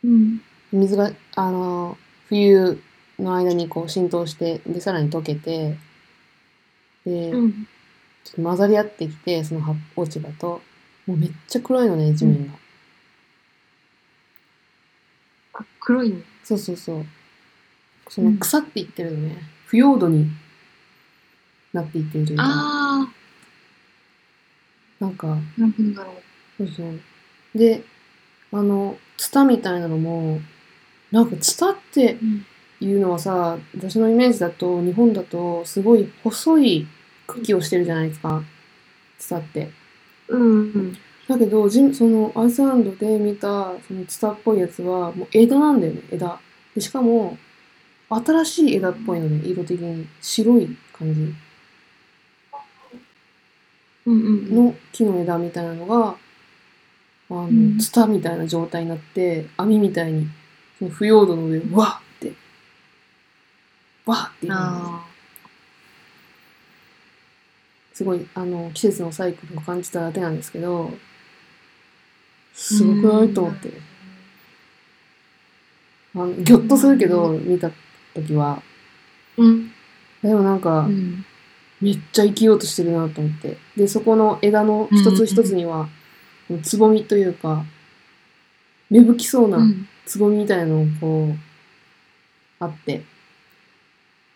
[SPEAKER 2] うん。
[SPEAKER 1] 水が、あの、冬の間にこう浸透して、で、さらに溶けて、で、
[SPEAKER 2] うん。
[SPEAKER 1] ちょっと混ざり合ってきて、その葉落ち葉と、もうめっちゃ黒いのね、地面が。
[SPEAKER 2] あ、黒いね。
[SPEAKER 1] そうそうそう。そうの
[SPEAKER 2] ん
[SPEAKER 1] 腐っていってるのね。腐葉土になっていってるというか、
[SPEAKER 2] あ
[SPEAKER 1] なんか、
[SPEAKER 2] あ。なんていうんだろ
[SPEAKER 1] そうそう。で、あの、ツタみたいなのも、なんかツタって
[SPEAKER 2] う。うん。
[SPEAKER 1] いうのはさ、私のイメージだと、日本だと、すごい細い茎をしてるじゃないですか、ツタって。
[SPEAKER 2] うん。
[SPEAKER 1] だけど、ジムそのアイスランドで見たそのツタっぽいやつは、もう枝なんだよね、枝。でしかも、新しい枝っぽいのね、色的に。白い感じ
[SPEAKER 2] うん。うん。
[SPEAKER 1] の木の枝みたいなのが、あの、
[SPEAKER 2] ん
[SPEAKER 1] ツタみたいな状態になって、網みたいに、その腐葉土の上をわーって、わーっていうのが
[SPEAKER 2] あ
[SPEAKER 1] すごい、あの、季節のサイクルを感じただけなんですけど、すごくないと思って。あの、ぎょっとするけど、見た時は。
[SPEAKER 2] あ。うん。
[SPEAKER 1] でもなんか、
[SPEAKER 2] うん。
[SPEAKER 1] めっちゃ生きようとしてるなと思って。で、そこの枝の一つ一つには、つぼみというか、芽吹きそう
[SPEAKER 2] う。
[SPEAKER 1] なんつぼみみたいなのがこう、あって、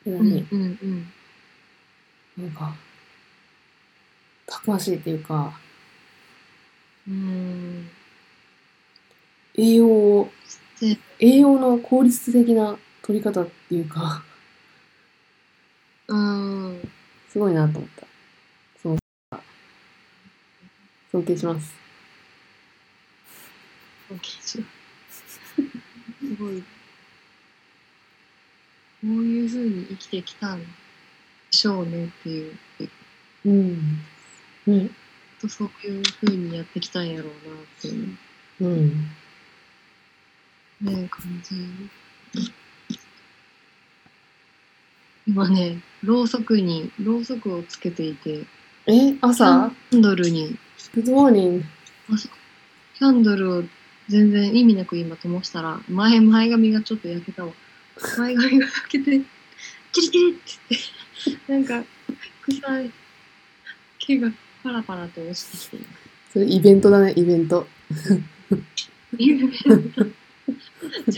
[SPEAKER 1] 枝
[SPEAKER 2] うん。
[SPEAKER 1] に、
[SPEAKER 2] うん。
[SPEAKER 1] なんか、たくましいっていうか、
[SPEAKER 2] うん。
[SPEAKER 1] 栄養を、
[SPEAKER 2] で、
[SPEAKER 1] 栄養の効率的な取り方っていうか、 (laughs)
[SPEAKER 2] うん。
[SPEAKER 1] すごいなと思った。その、尊敬します。
[SPEAKER 2] 大きいし。すごい。こういうふうに生きてきたんでしょうねっていう。
[SPEAKER 1] うん。ね。
[SPEAKER 2] とそういうふうにやってきたんやろうなっていう。
[SPEAKER 1] うん。
[SPEAKER 2] ねえ、感じ。今ね、ろうそくに、ろうそくをつけていて、
[SPEAKER 1] え、朝
[SPEAKER 2] キャンドルに、
[SPEAKER 1] Good morning.
[SPEAKER 2] あそうキャンドルを全然意味なく今灯したら、前、前髪がちょっと焼けたわ。前髪が焼けて、キリキリって言って、なんか、臭い毛がパラパラと落ちてきてる。
[SPEAKER 1] それイベントだね、イベント。 (laughs)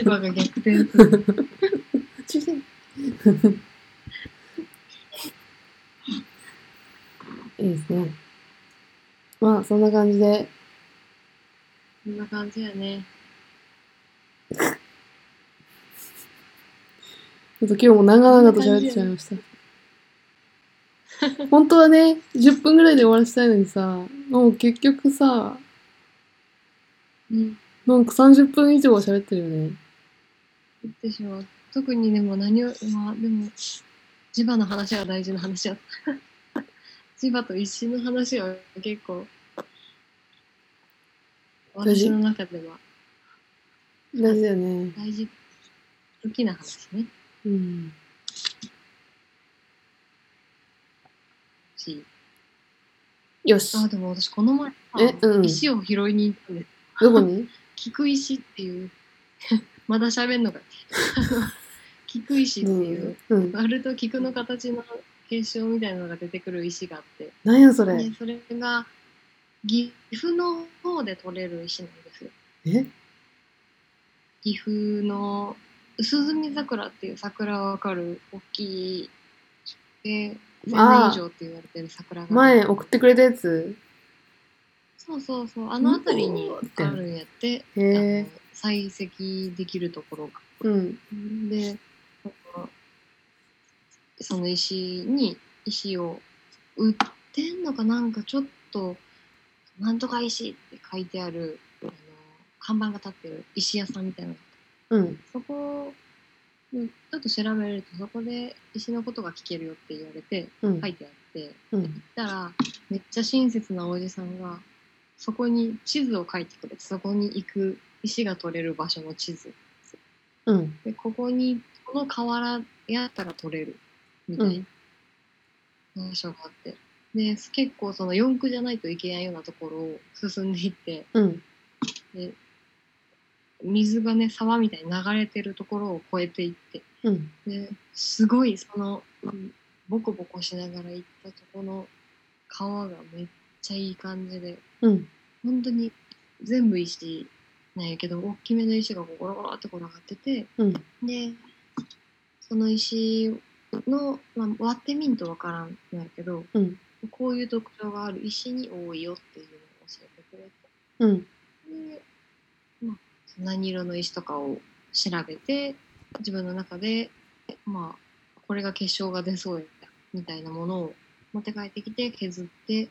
[SPEAKER 2] 千葉が逆転する。
[SPEAKER 1] いいですね。まあ、そんな感じで、
[SPEAKER 2] こんな感じやね。
[SPEAKER 1] ちょっと今日も長々と喋ってしまい
[SPEAKER 2] (laughs)
[SPEAKER 1] ました。本当はね、10分ぐらいで終わらせたいのにさ、もう結局さ、
[SPEAKER 2] うん。
[SPEAKER 1] なんか30分以上は喋ってるよね。
[SPEAKER 2] 言ってしまう。特にでも何を、まあでも、磁場の話は大事な話やった。 (laughs) 磁場と石の話は結構、
[SPEAKER 1] 大事
[SPEAKER 2] 私の中では
[SPEAKER 1] 大事だよね。
[SPEAKER 2] 大事、好きな話ね。
[SPEAKER 1] うん。
[SPEAKER 2] し
[SPEAKER 1] よし。
[SPEAKER 2] あ、でも私この前さ
[SPEAKER 1] えうん
[SPEAKER 2] 石を拾いに行ったんです。
[SPEAKER 1] どこに
[SPEAKER 2] 菊石っていう (laughs) まだ喋んのかって菊石っていう、
[SPEAKER 1] うんうん、
[SPEAKER 2] 割ると菊の形の結晶みたいなのが出てくる石があって、
[SPEAKER 1] なんやそれ
[SPEAKER 2] でそれが岐阜の方で取れる石なんですよ
[SPEAKER 1] え
[SPEAKER 2] 岐阜の薄墨桜っていう桜がわかる大きいで
[SPEAKER 1] あ
[SPEAKER 2] 1000
[SPEAKER 1] あ
[SPEAKER 2] 年以上って言われてる桜が
[SPEAKER 1] 前送ってくれたやつ
[SPEAKER 2] そうそうそうあの辺りにあるんやって
[SPEAKER 1] へ
[SPEAKER 2] あの
[SPEAKER 1] え
[SPEAKER 2] 採石できるところが
[SPEAKER 1] うん
[SPEAKER 2] でそのその石に石を売ってんのかなんかちょっと「なんとか石」って書いてあるあの看板が立ってる石屋さんみたいなの
[SPEAKER 1] うん
[SPEAKER 2] そこうんちょっと調べるとそこで石のことが聞けるよって言われて
[SPEAKER 1] うん
[SPEAKER 2] 書いてあって
[SPEAKER 1] うん
[SPEAKER 2] 行ったらめっちゃ親切なおじさんがそこに地図を書いてくれてそこに行く石が取れる場所の地図
[SPEAKER 1] うん
[SPEAKER 2] でここにこの河原やったら取れるみたいな場所があって、で結構その四駆じゃないといけないようなところを進んでいって
[SPEAKER 1] うん
[SPEAKER 2] 水がね沢みたいに流れてるところを越えていって
[SPEAKER 1] うん
[SPEAKER 2] ですごいそのうんボコボコしながら行ったとこの川がめっちゃいい感じで
[SPEAKER 1] うん
[SPEAKER 2] 本当に全部石なんやけど大きめの石がこうゴロゴロって転がってて。
[SPEAKER 1] うん
[SPEAKER 2] でその石の、まあ、割ってみんとわからんのやけど
[SPEAKER 1] うん
[SPEAKER 2] こういう特徴がある石に多いよっていうのを教えてくれ
[SPEAKER 1] うん
[SPEAKER 2] てで、まあ、その何色の石とかを調べて自分の中でまあこれが結晶が出そうやみたいなものを持って帰ってきて削って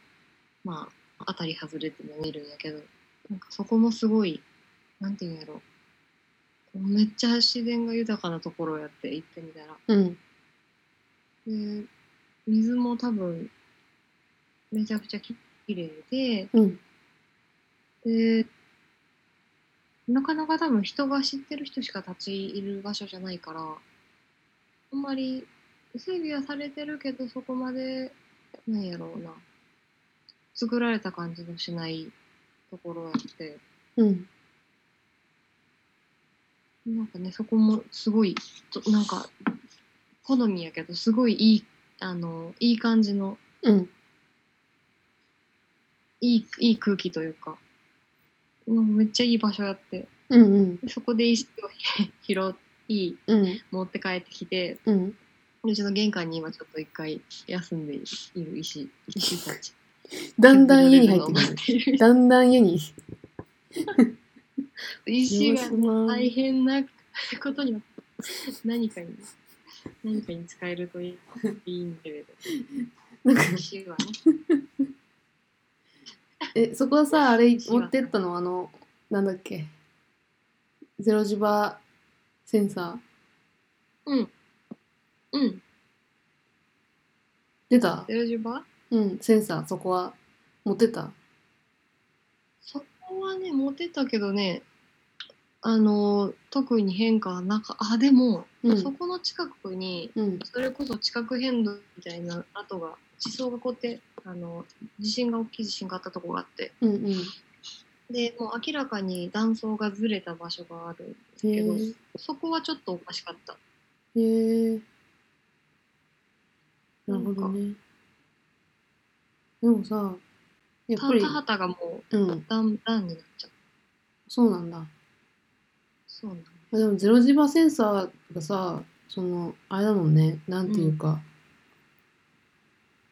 [SPEAKER 2] まあ当たり外れても見るんやけどなんかそこもすごいなんていうんやろめっちゃ自然が豊かなところやって行ってみたら
[SPEAKER 1] うん
[SPEAKER 2] で水も多分めちゃくちゃきれい
[SPEAKER 1] うん
[SPEAKER 2] ででなかなか多分人が知ってる人しか立ち入る場所じゃないからあんまり整備はされてるけどそこまでなんやろうな作られた感じのしないところやって
[SPEAKER 1] うん
[SPEAKER 2] なんかね、そこもすごい、となんか、好みやけど、すごいいい、あの、いい感じの、
[SPEAKER 1] うん
[SPEAKER 2] いい、いい空気というか、うんめっちゃいい場所やって、
[SPEAKER 1] うんうん
[SPEAKER 2] でそこで石を (laughs) 拾い、
[SPEAKER 1] うん
[SPEAKER 2] 持って帰ってきて、
[SPEAKER 1] うん
[SPEAKER 2] うちの玄関に今ちょっと一回休んでいる石、石たち。
[SPEAKER 1] だんだん家に入ってく
[SPEAKER 2] く
[SPEAKER 1] るだんだん家に
[SPEAKER 2] る。石が
[SPEAKER 1] が
[SPEAKER 2] 大変なことになって、何かに、何かに使えるといいいいんだけれど。
[SPEAKER 1] なんか
[SPEAKER 2] 石はね。
[SPEAKER 1] えそこはさあれ持ってったのあのなんだっけゼロ磁場センサー
[SPEAKER 2] うん。
[SPEAKER 1] 出た
[SPEAKER 2] ゼロ十番
[SPEAKER 1] うんセンサーそこは持ってた
[SPEAKER 2] そこはね、モテたけどね、あの、特に変化はなか、あ、でも、
[SPEAKER 1] うん
[SPEAKER 2] そこの近くに、
[SPEAKER 1] うん
[SPEAKER 2] それこそ地殻変動みたいな跡が、地層がこうやって、あの、地震が大きい地震があったとこがあって、
[SPEAKER 1] うんうんへ
[SPEAKER 2] で、もう明らかに断層がずれた場所があるけど、
[SPEAKER 1] え
[SPEAKER 2] そこはちょっとおかしかった。
[SPEAKER 1] へえなるほどねでもさや
[SPEAKER 2] 田
[SPEAKER 1] っぱり
[SPEAKER 2] 畑がも
[SPEAKER 1] うん
[SPEAKER 2] う段、段になっちゃう。
[SPEAKER 1] そうなんだ
[SPEAKER 2] そうなんだ。
[SPEAKER 1] まあでもゼロ磁場センサーがさそのあれだもんねなんていうか、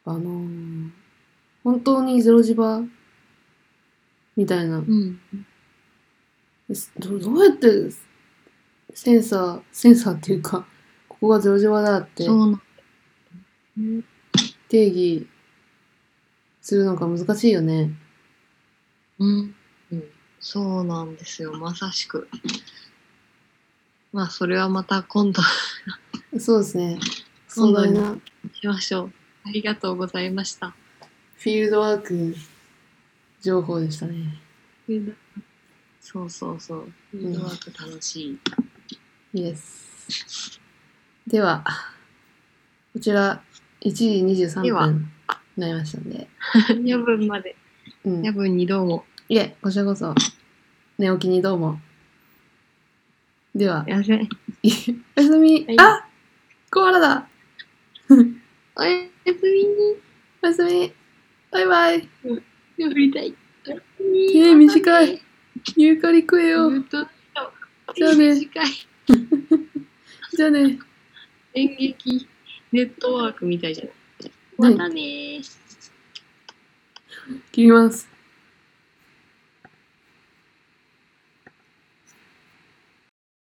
[SPEAKER 1] あのー本当にゼロ磁場みたいな
[SPEAKER 2] うん。
[SPEAKER 1] ですどどうやってセンサーセンサーっていうかここがゼロ磁場だって
[SPEAKER 2] そうなんだ。うん
[SPEAKER 1] 定義するのが難しいよね。
[SPEAKER 2] うん、そうなんですよ、まさしく。まあ、それはまた今度
[SPEAKER 1] そうですね。
[SPEAKER 2] そう
[SPEAKER 1] 壮
[SPEAKER 2] だね
[SPEAKER 1] 大な
[SPEAKER 2] しましょう。ありがとうございました。
[SPEAKER 1] フィールドワーク情報でしたね。
[SPEAKER 2] そうそうそう。フィールドワーク楽しい。
[SPEAKER 1] イエス。では、こちら1時23
[SPEAKER 2] では
[SPEAKER 1] 分になりましたんで。
[SPEAKER 2] 夜分まで。
[SPEAKER 1] うん、
[SPEAKER 2] 夜分にどうも。
[SPEAKER 1] いえ、こちらこそ、寝起きにどうも。では、
[SPEAKER 2] やべ。
[SPEAKER 1] おやすみ
[SPEAKER 2] はい。
[SPEAKER 1] あコアラだ
[SPEAKER 2] おやすみに。
[SPEAKER 1] おやすみバイバイ
[SPEAKER 2] 眠りたい。おやすみ
[SPEAKER 1] 手短い
[SPEAKER 2] またね
[SPEAKER 1] ユーカリ食えよ
[SPEAKER 2] ずっと。
[SPEAKER 1] じゃあね
[SPEAKER 2] 短い。
[SPEAKER 1] じゃあね
[SPEAKER 2] 演劇ネットワークみたいじゃない。
[SPEAKER 1] はい
[SPEAKER 2] またねー。
[SPEAKER 1] 切ります